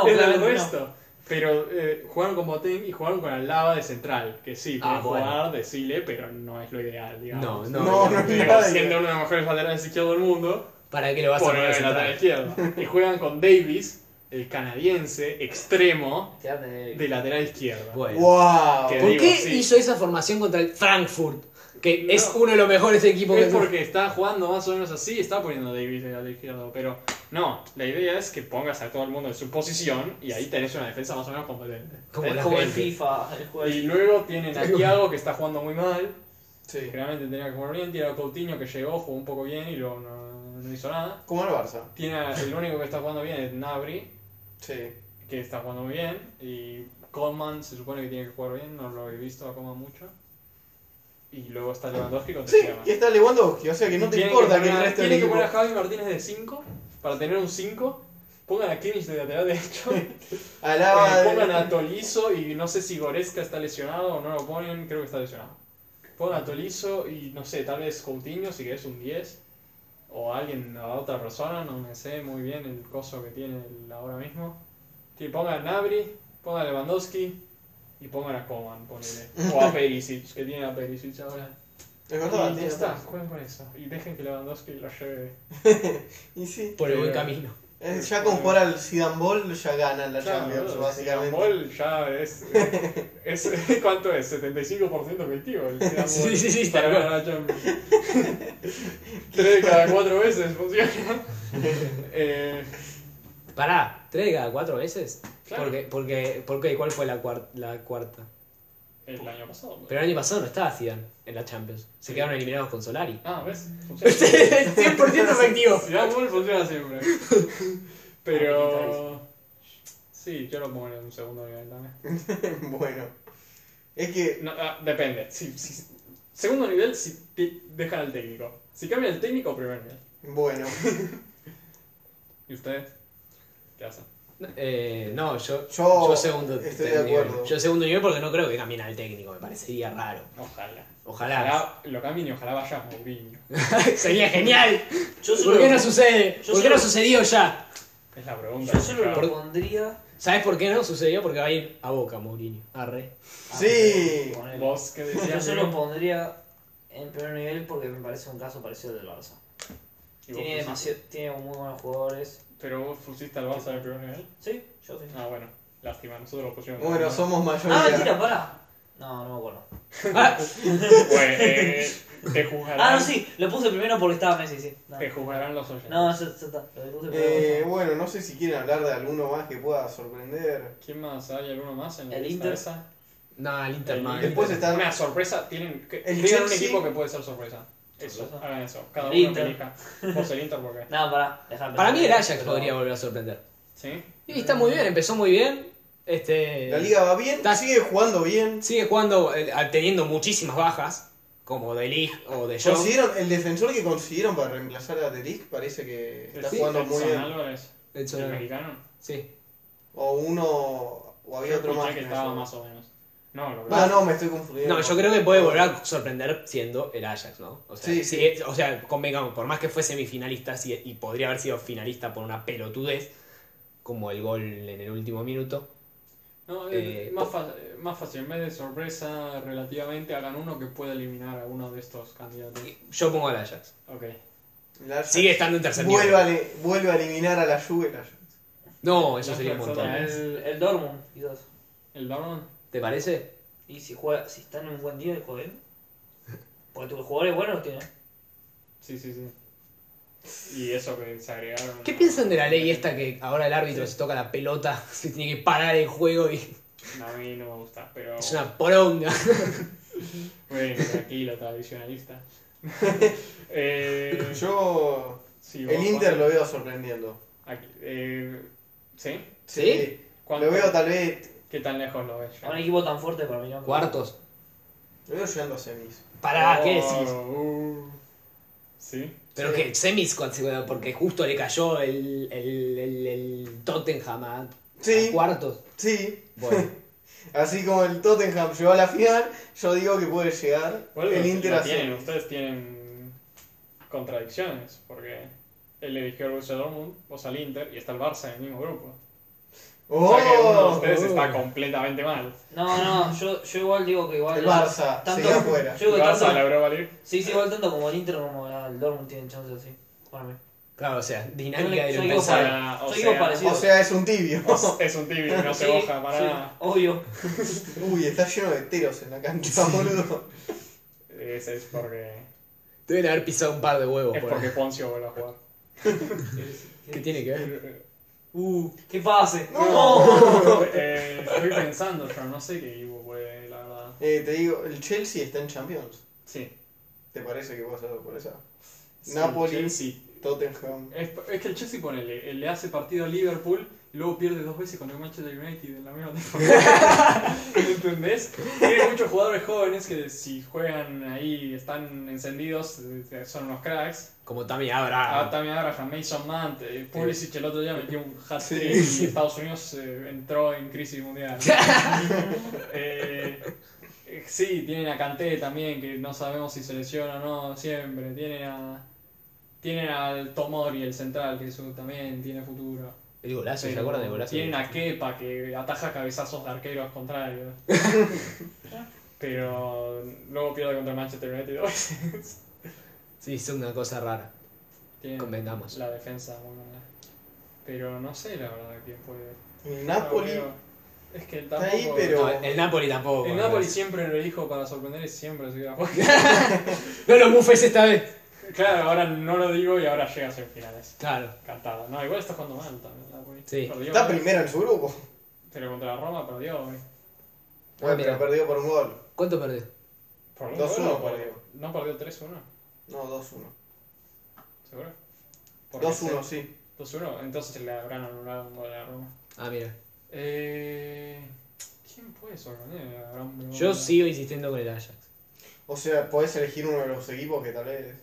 B: es del
D: claramente no.
B: resto. Pero eh, jugaron con Boateng y jugaron con Alaba de central, que sí, puede
A: Ah, bueno.
B: jugar, de Chile, pero no es lo ideal, digamos.
A: No, no.
C: No, no,
B: Pero
C: nada.
B: siendo uno de los mejores laterales izquierdos del mundo,
A: ¿Para qué lo vas a
B: poner
A: poner
B: el lateral
A: central?
B: izquierdo. Y juegan con Davis, el canadiense, extremo,
D: Te dan de-
B: de lateral izquierdo.
A: Bueno.
C: Wow.
B: Que-
A: ¿Por
B: digo,
A: qué
B: sí.
A: hizo esa formación contra el Frankfurt? Que
B: No.
A: es uno de los mejores equipos
B: Es
A: que
B: porque está jugando más o menos así, está poniendo a Davis de lateral izquierdo, pero no, la idea es que pongas a todo el mundo en su posición y ahí tenés una defensa más o menos competente.
A: Como
D: Es
A: la
D: como el
A: gente.
D: FIFA, el juego.
B: Y luego tienen a Thiago que está jugando muy mal,
C: Sí.
B: realmente tenía que jugar bien, tiene a Coutinho que llegó, jugó un poco bien y luego no, no hizo nada.
C: Como el Barça.
B: Tiene a- el único que está jugando bien es Nabri,
C: Sí.
B: que está jugando muy bien. Y Coleman se supone que tiene que jugar bien, no lo he visto a Coleman mucho. Y luego está Lewandowski con
C: Sí, y está Lewandowski, o sea que no te importa que el resto
B: Tiene
C: del
B: que
C: equipo.
B: poner a Javi Martínez de 5 para tener un 5. Pongan a Kimmich de lateral derecho. eh,
C: Alaba.
B: pongan a Tolizo y no sé si Goretzka está lesionado o no lo ponen, creo que está lesionado. Pongan a Tolizo y no sé, tal vez Coutinho si querés un 10. O alguien, a otra persona, no me sé muy bien el coso que tiene el- ahora mismo. Que pongan a Nabri, pongan a Lewandowski y pongan a Coman, ponele. O a Perisic, que tiene a Perisic ahora.
C: Es
B: Y
C: verdad,
B: ya
C: tiene
B: está,
C: razón.
B: jueguen con eso. Y dejen que Lewandowski lo lleve.
C: Y sí.
A: Por el buen
B: Pero-
A: camino.
C: Eh, Ya con jugar al Zidane Ball ya ganan la
B: Claro,
C: Champions,
B: boludo,
C: básicamente.
B: Zidane Ball ya es, es- ¿Cuánto es? 75% efectivo. El Zidane
A: Sí,
B: Ball
A: sí, sí,
B: Para
A: tal cual.
B: ganar la Champions. Tres de cada cuatro veces funciona. Eh,
A: Pará, ¿tres de cada cuatro veces?
B: Claro.
A: Porque, porque, ¿Por qué? ¿Cuál fue la, cuar- la cuarta?
B: el año pasado. boludo.
A: Pero el año pasado no estaba Zidane en la Champions. Se quedaron eliminados con Solari.
B: Ah, ¿ves? Funciona.
A: 100% efectivo.
B: Zidane Ball funciona siempre. Ah, Pero. Sí, yo lo pongo en un segundo nivel también.
C: bueno. Es que.
B: No, ah, depende. Si, si- segundo nivel, si pi- dejan al técnico. Si cambian el técnico, primer nivel.
C: Bueno.
B: ¿Y ustedes? ¿Qué hacen?
A: Eh, no, yo,
C: Yo
A: segundo
C: estoy de
A: nivel.
C: acuerdo.
A: Yo segundo nivel porque no creo que cambien al técnico, me parecería raro.
B: Ojalá.
A: Ojalá.
B: Ojalá lo cambien y ojalá vaya Mourinho.
A: Sería genial.
D: Yo
A: ¿Por
D: solo,
A: qué no sucede?
D: yo
A: ¿Por qué no
D: solo-
A: sucedió ya?
B: Es la pregunta.
D: yo solo
B: Por-
D: lo pondría.
A: ¿Sabes por qué no sucedió? Porque va a ir a Boca Mourinho. Arre.
C: Sí.
D: ponele.
B: ¿Vos qué decías?
D: Yo solo
B: Miguel?
D: pondría en primer nivel porque me parece un caso parecido al del Barça.
B: ¿Y vos
D: Tiene,
B: pusiste-
D: demasiado, tiene muy buenos jugadores.
B: Pero vos pusiste al Barça en el primer nivel.
D: Sí, yo sí.
B: Ah, bueno. Lástima, nosotros lo pusimos.
C: Bueno, somos
D: Ah, tira,
C: mayoría.
D: pará. No, no me acuerdo.
A: Ah,
B: Bueno, eh, te juzgarán.
D: Ah, no, sí, lo puse primero porque estaba Messi, sí. No,
B: Te juzgarán los oyentes.
D: no eso, eso está. Lo puse
C: Eh,
D: primero.
C: bueno, no sé si quieren hablar de alguno más que pueda sorprender.
B: ¿Quién más? ¿Hay alguno más en la
D: El
B: lista
D: Inter.
B: esa?
A: no, el
D: Eh,
A: Inter
B: El
A: no, el
B: Inter.
C: Después
A: Inter-
C: está-
B: Una sorpresa. Tienen, que,
C: El
B: tienen un
C: Chelsea.
B: equipo que puede ser sorpresa. Eso,
D: Sorpresa.
B: hagan eso. Cada
D: El
B: uno
D: Inter.
B: que elija. Vos el Inter, ¿por qué?
D: No, pará, dejá
A: Para mí el
D: pensar.
A: Ajax
D: Pero-
A: podría volver a sorprender.
B: ¿Sí?
A: Y está muy bien, empezó muy bien.
B: Eh,
A: Este,
C: La liga va bien,
A: Está-
C: sigue jugando bien.
A: sigue jugando, eh, teniendo muchísimas bajas, como de Ligt o de Jong.
C: Consiguieron, el defensor que consiguieron para reemplazar a Delic parece que está
B: Eh, Sí,
C: jugando muy
B: Edson
C: bien.
B: Álvarez,
A: Edson
B: el
A: Álvarez.
B: mexicano.
A: Sí.
C: O uno. O había
B: Yo
C: otro
B: escuché
C: más.
B: que
C: que me
B: estaba
C: llamó.
B: más o menos. No, lo
C: Ah,
B: verdad.
C: no, me estoy confundiendo.
A: No, yo creo que puede volver a sorprender siendo el Ajax, ¿no? O sea,
C: Sí,
A: sigue- o sea convengamos, por más que fue semifinalista sí, y podría haber sido finalista por una pelotudez, como el gol en el último minuto.
B: No,
A: Eh,
B: es más, fa- más fácil. En vez de sorpresa, relativamente, hagan uno que pueda eliminar a uno de estos candidatos.
A: Yo pongo al Ajax.
B: Ok.
C: El Ajax
A: Sigue estando en tercer
C: vuelve,
A: nivel.
C: a, le- vuelve a eliminar a la Juve. la Juve.
A: No, eso sería un
B: No,
A: montón.
B: no,
D: El, el Dortmund, quizás.
B: ¿El Dortmund?
A: ¿Te parece?
D: Y si juega, si está en un buen día el joven. Porque tus jugadores buenos tiene.
B: Sí, sí, sí. Y eso que se agregaron.
A: ¿Qué piensan de la ley esta que ahora el árbitro se toca la pelota, se tiene que parar el juego y
B: No, a mí no me gusta, pero.
A: es una poronga?
B: Bueno, tranquilo, tradicionalista. eh,
C: Yo.
B: sí, vos,
C: El Inter lo veo sorprendiendo.
B: Aquí, eh, ¿Sí?
A: ¿Sí?
B: ¿Cuánto-
C: Lo veo tal vez.
B: ¿Qué tan lejos lo ves?
D: A un equipo tan fuerte para mí no.
A: Cuartos.
C: Lo veo llegando a semis.
A: Pará, ¿qué
B: Oh,
A: decís?
B: uh, ¿Sí?
A: Pero
C: Sí.
A: que semis, cuando- porque justo le cayó el, el, el, el Tottenham a,
C: Sí.
A: a cuartos.
C: Sí.
A: Bueno,
C: Así como el Tottenham llegó a la final, yo digo que puede llegar
B: Bueno,
C: el
B: lo-
C: Inter
B: lo
C: a
B: tienen,
C: semis.
B: ustedes tienen contradicciones, porque él eligió al Borussia Dortmund, vos al Inter, y está el Barça en el mismo grupo. O sea que uno de
C: ¡Oh!
B: ustedes está
A: oh.
B: completamente mal.
D: No, no, yo, yo igual digo que igual.
C: El Barça, sigue afuera.
B: El
D: Yo digo que
B: Barça a la
D: tanto,
B: Europa League.
D: sí, sí, igual tanto como el Inter como la- el Dortmund tienen chances así. Para mí.
A: claro, o sea, dinámica de
D: Yo
A: lo
D: digo
B: O
A: impensable.
D: para-
B: sea, o
D: Yo digo
B: sea,
D: parecido.
C: O sea, es un tibio.
B: Es un tibio, no se
D: Sí,
B: boja para
D: sí,
B: nada.
D: Obvio.
C: Uy, está lleno de teros en la cancha, boludo.
B: Ese es porque.
A: Deben haber pisado un par de huevos.
B: Es
A: por
B: porque
A: ahí.
B: Poncio vuelve a jugar.
A: ¿Qué tiene que ver?
D: Uh, ¿Qué pase?
B: Eh, estoy pensando, pero no sé qué equipo puede, la verdad.
C: Eh, te digo, el Chelsea está en Champions.
B: Sí.
C: ¿Te parece que puede ser por esa?
B: sí,
C: Napoli.
B: Chelsea.
C: Tottenham.
B: Es, es que el Chelsea ponele, le hace partido a Liverpool, y luego pierde dos veces con el Manchester United en la misma temporada. ¿Entendés? Tiene muchos jugadores jóvenes que si juegan ahí, están encendidos, eh, son unos cracks.
A: Como Tammy
B: Ah,
A: Abraham.
B: también Abraham, Mason Mount, eh, Pulisic el otro día metió un hat-trick
C: Sí.
B: y Estados Unidos eh, entró en crisis mundial. Eh, eh, sí, tienen a Kanté también, que no sabemos si se lesiona o no siempre. Tienen a tienen al Tomori, el central, que es un- también tiene futuro.
A: El golazo, ¿se
B: Pero
A: acuerdan del golazo?
B: Tienen a Kepa, que ataja cabezazos de arqueros contrarios. Pero luego pierde contra el Manchester United.
A: Sí, es una cosa rara,
B: Tienen-
A: convengamos.
B: La defensa muy mala. Pero no sé la verdad quién puede.
C: El Napoli.
B: No, pero- es que
C: ahí,
B: tampoco.
C: pero-
A: No, el Napoli tampoco.
B: El
A: me
B: Napoli
A: parece.
B: siempre lo elijo para sorprender y siempre se queda afuera.
A: No lo mufes esta vez.
B: Claro, ahora no lo digo y ahora llega a semifinales.
A: Claro.
B: Cantado. No, igual está jugando mal también. el Napoli.
A: Sí.
B: Perdió,
C: Está
B: hoy,
C: primero en su grupo.
B: Ah, pero contra la Roma perdió eh. hoy.
A: Ah,
C: Bueno,
A: mira.
C: pero perdió por un gol.
A: ¿Cuánto perdió?
B: Por un
C: 2-1
B: gol o por-
C: perdió.
B: No perdió 3-1,
C: No, 2-1.
B: seguro. Porque
C: 2-1,
B: sí.
C: sí.
B: 2-1, entonces le habrán anulado un gol a la Roma.
A: Ah, mira.
B: Eh, ¿Quién puede eso, ¿no? Eh, habrá un-
A: Yo sigo insistiendo con el Ajax.
C: O sea, podés elegir uno de los equipos que tal vez.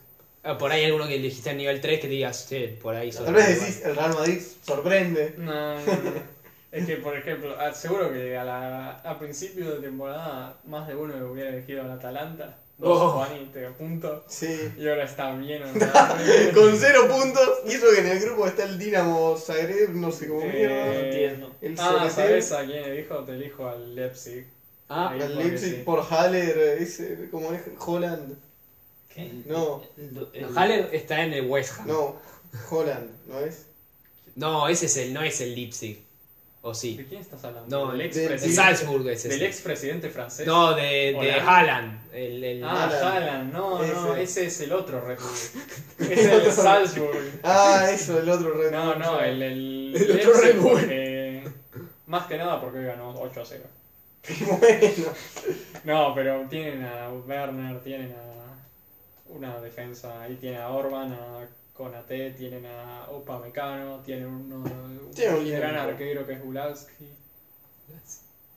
A: Ah, Por ahí alguno que dijiste en nivel 3 que digas, che, por ahí
C: Tal vez decís, el Real Madrid sorprende.
B: No, no, no. Es que, por ejemplo, ah, seguro que a, la, a principio de temporada más de uno hubiera elegido al Atalanta. Dos
A: Oh.
B: Juanite, punto.
C: Sí.
B: Y ahora está bien. ¿no?
C: Con cero puntos. Y eso que en el grupo está el Dinamo Zagreb, no sé cómo
B: Eh,
D: No
C: mierda.
D: entiendo.
C: El
B: Ah,
C: Zagreb,
B: ¿sabes a quién elijo? Te elijo al Leipzig.
A: Ah,
C: El
B: Porque
C: Leipzig
B: sí.
C: por Haller, ese, como es Holland.
D: ¿Qué?
C: No.
D: El- el-
A: Haller está en el West Ham. No.
C: No, Holland, ¿no es?
A: ese es el, no es el Leipzig. ¿O sí?
B: ¿De quién estás hablando?
A: No,
B: del
A: el,
C: de-
B: expresidente.
A: el Salzburg es
B: Del
A: ese.
B: expresidente francés.
A: No, de, de
B: Holland.
A: Haaland. El, el-
B: Ah,
C: Haaland.
B: Haaland, no, no,
C: Ese.
B: ese es el otro Red Bull. Ese es el Salzburg.
C: Ah, eso, el otro Red
B: No,
C: Bull.
B: no, el, el,
A: El otro
B: Leipzig
A: Red Bull.
B: porque- Más que nada porque hoy ganó 8 a 0.
C: Bueno,
B: No, pero tienen a Werner, tienen a una defensa, ahí tienen a Orban, a Konate, tienen a Opa Mecano, tienen uno, un
C: Tiene un
B: gran
C: lindo.
B: arquero que es Gulaski.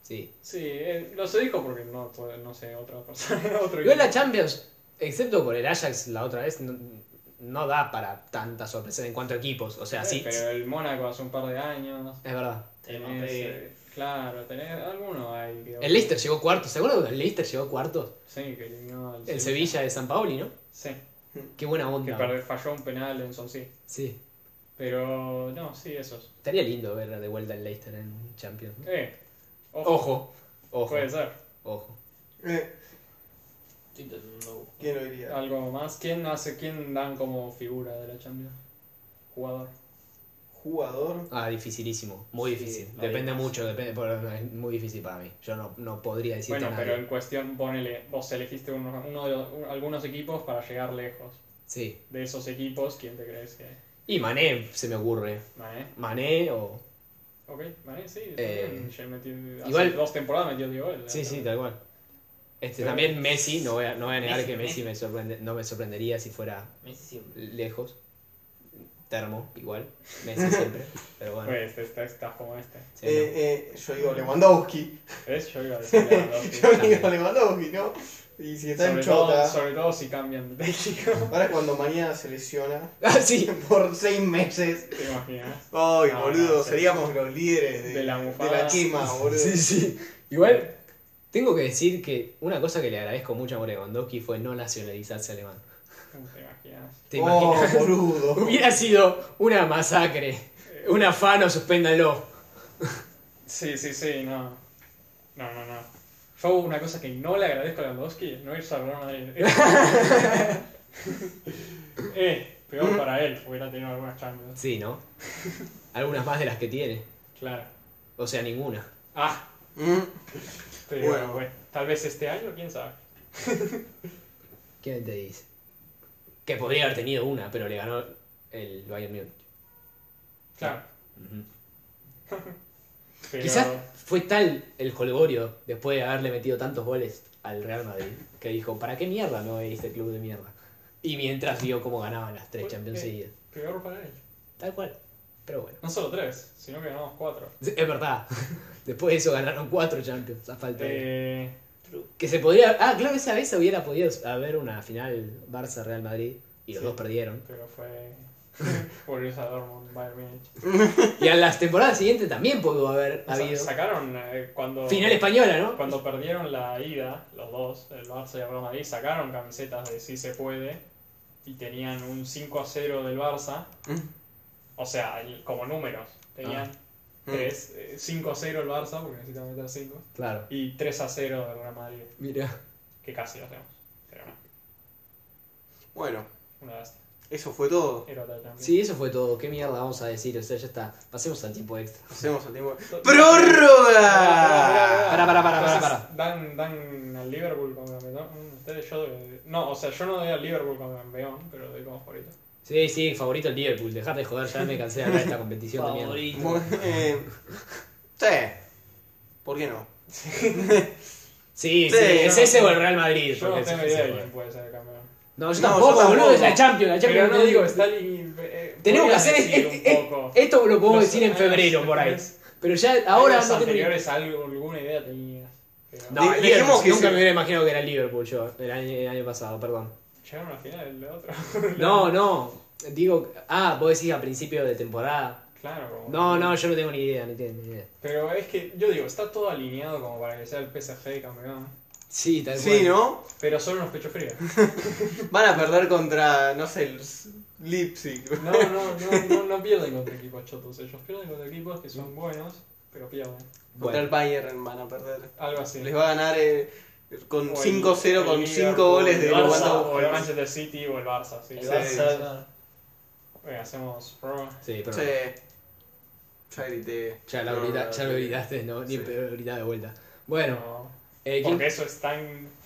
A: Sí.
B: Sí, eh, lo se dijo porque no, no sé, otra persona, otro
A: Igual la
B: equipo.
A: Champions, excepto por el Ajax la otra vez, no, no da para tantas sorpresas en cuanto a equipos. O sea, sí.
B: Eh, Pero el Mónaco hace un par de años.
A: Es verdad.
D: Tema
B: Tenés,
D: P.
B: eh, claro, tenés alguno ahí. que-
A: El Leicester llegó cuarto. ¿Se acuerdan que el Leicester llegó cuarto?
B: Sí, que eliminó al
A: El Sevilla de San Paoli, ¿no?
B: Sí,
A: Qué buena
B: que
A: onda.
B: perdió- falló un penal en Sonsi.
A: Sí.
B: Pero no, sí, esos.
A: Estaría lindo ver de vuelta el Leicester en Champions. ¿no?
B: Eh, ojo,
A: Ojo. Ojo.
B: puede ser.
A: Ojo.
C: eh,
D: Estoy intentando-
C: ¿quién lo diría?
B: Algo más. ¿Quién hace, quién dan como figura de la Champions? Jugador.
C: Jugador.
A: Ah, dificilísimo. Muy
D: Sí,
A: difícil.
D: no hay
A: Depende
D: más.
A: mucho. Depende, pero es muy difícil para mí. Yo no, no podría decirte
B: bueno,
A: nada.
B: pero en cuestión, ponele, vos elegiste uno, uno de los- un- algunos equipos para llegar lejos.
A: Sí.
B: De esos equipos, ¿quién te crees que es?
A: Y Mané se me ocurre.
B: Mané.
A: Mané o...
B: Ok, Mané, sí. está
A: Eh,
B: bien, ya metió- hace
A: igual-
B: dos temporadas metió 10 goles.
A: Sí, sí, tal cual. Este,
B: Pero-
A: también Messi, no voy a, no voy a negar
D: Messi,
A: que Messi me sorprende, no me sorprendería si fuera
D: Messi siempre.
A: lejos. Termo, igual. Messi siempre. Pero bueno.
B: Pues, este, estás como este.
A: sí, no.
C: Eh, eh, yo digo Lewandowski.
B: ¿Ves? Yo iba a decir Lewandowski.
C: Yo digo Lewandowski, ¿no? Y si está en
B: sobre, todo,
C: chota.
B: sobre todo si cambian de técnico.
C: Ahora es cuando mañana se lesiona.
A: Ah, sí.
C: Por seis meses.
B: ¿Te imaginas?
C: Ay,
B: No,
C: boludo,
B: no, sí.
C: seríamos los líderes de,
B: De la
C: de
B: bufada.
C: la quema, boludo.
A: Sí, sí. Igual, tengo que decir que una cosa que le agradezco mucho a Lewandowski fue no nacionalizarse alemán.
B: ¿Te imaginas?
A: ¿Te
C: oh,
A: imaginas?
C: boludo.
A: Hubiera sido una masacre. Un afano, suspéndanlo.
B: Sí, sí, sí, no. No, no, no. Yo una cosa que no le agradezco a Lewandowski es no irse al Real Madrid. eh,
C: Mm.
B: peor para él, hubiera tenido algunas Champions.
A: Sí, ¿no? Algunas más de las que tiene.
B: Claro.
A: O sea, ninguna.
B: Ah,
C: Mm.
B: pero
C: Bueno.
B: bueno, tal vez este año, quién sabe.
A: ¿Quién te dice? Que podría haber tenido una, pero le ganó el Bayern Múnich.
B: Claro.
A: Ujú.
B: Pero
A: Quizás fue tal el jolgorio después de haberle metido tantos goles al Real Madrid que dijo, ¿para qué mierda no es este club de mierda? Y mientras vio cómo ganaban las tres
B: Pues,
A: Champions
B: eh.
A: seguidas.
B: peor para él.
A: Tal cual. Pero bueno.
B: No solo tres, sino que ganamos cuatro.
A: Es verdad. Después de eso ganaron cuatro Champions a falta de...
B: Eh,
A: Que se podía... Ah, claro, esa vez hubiera podido haber una final Barça-Real Madrid y los
B: Sí.
A: dos perdieron.
B: pero fue. Volvió a Dortmund, Bayern Múnich.
A: Y a las temporadas siguientes también pudo haber
B: O sea,
A: habido...
B: Sacaron eh, cuando.
A: Final española, ¿no?
B: Cuando perdieron la ida, los dos, el Barça y el Real Madrid, sacaron camisetas de sí se puede y tenían un 5 a 0 del Barça,
A: Mm.
B: o sea, el- como números. Tenían
A: Ah.
C: Mm.
B: 3, 5 a 0 el Barça, porque necesitan meter 5,
A: Claro.
B: y 3 a 0 del Real Madrid,
A: Mira.
B: que casi lo hacemos. Pero no,
C: Bueno,
B: una vez.
C: eso fue todo.
B: Era otra Champions.
A: Sí, eso fue todo. ¿Qué mierda vamos a decir? O sea, ya está. Pasemos al tiempo extra.
C: Hacemos el tiempo.
B: To-
C: ¡Prórroga!
A: Pará, pará, pará, pará,
B: Entonces,
A: pará.
B: Dan, dan al Liverpool como campeón. Ustedes, yo doy- No, o sea, yo no doy al Liverpool como campeón, pero doy como favorito.
A: Sí, sí, favorito el Liverpool. Dejate de joder, ya me cansé de hablar de esta competición de mierda.
D: Favorito.
C: Eh, sí. ¿Por qué no?
A: Sí, sí,
C: Sí,
A: es
B: yo no
A: ese
B: sé.
A: o el Real Madrid.
B: Yo no
A: porque
B: tengo
A: es-
B: idea de
A: es-
B: quién puede ser el campeón.
A: No, yo
C: No,
A: tampoco,
C: yo
A: boludo,
C: tampoco.
A: es la Champions. La Champions
B: Pero no
A: te-
B: digo, Stalin. eh,
A: Tenemos que
B: podría
A: hacer
B: decir
A: eh, eh,
B: un poco.
A: esto lo podemos
B: Los
A: decir en
B: años
A: febrero por ahí.
B: anteriores-
A: Pero ya ahora
B: años
A: no tengo ni-
B: anteriores algo, alguna idea tenías. Pero
A: No,
C: De-
A: el Liverpool,
C: dejemos que
A: nunca
C: se-
A: me hubiera imaginado que era el Liverpool yo, el año, el año pasado, perdón.
B: llegaron a la final el otro.
A: No, no, digo, ah, vos decís a principio de temporada.
B: Claro, como-
A: No, no, yo no tengo ni idea, no tengo ni idea.
B: Pero es que, yo digo, está todo alineado como para que sea el PSG campeón.
A: Sí, tal cual.
C: Sí, ¿no?
B: Pero solo unos pechos fríos.
C: Van a perder contra, no sé, el S- Leipzig.
B: No, no, no, no, no pierden contra equipos chotos. Ellos pierden contra equipos que son buenos, pero pierden.
C: Contra
A: Bueno,
C: el Bayern van a perder.
B: Algo así.
C: Les va a ganar eh, con
B: O el-
C: 5-0,
B: el
C: con
B: Liverpool,
C: 5 goles de
B: el Barça,
C: Lewandowski.
B: o el Manchester City o el Barça. Sí,
D: El
C: Sí.
D: Barça,
B: Oye, hacemos pro.
A: sí, pero
C: Sí. Ya grité.
A: ya, la
C: No,
A: grita-
C: no,
A: ya lo
C: sí.
A: gritaste, no, ni
C: Sí.
A: peor gritar de vuelta. Bueno,
B: No,
A: eh, ¿quién-
B: porque eso es tan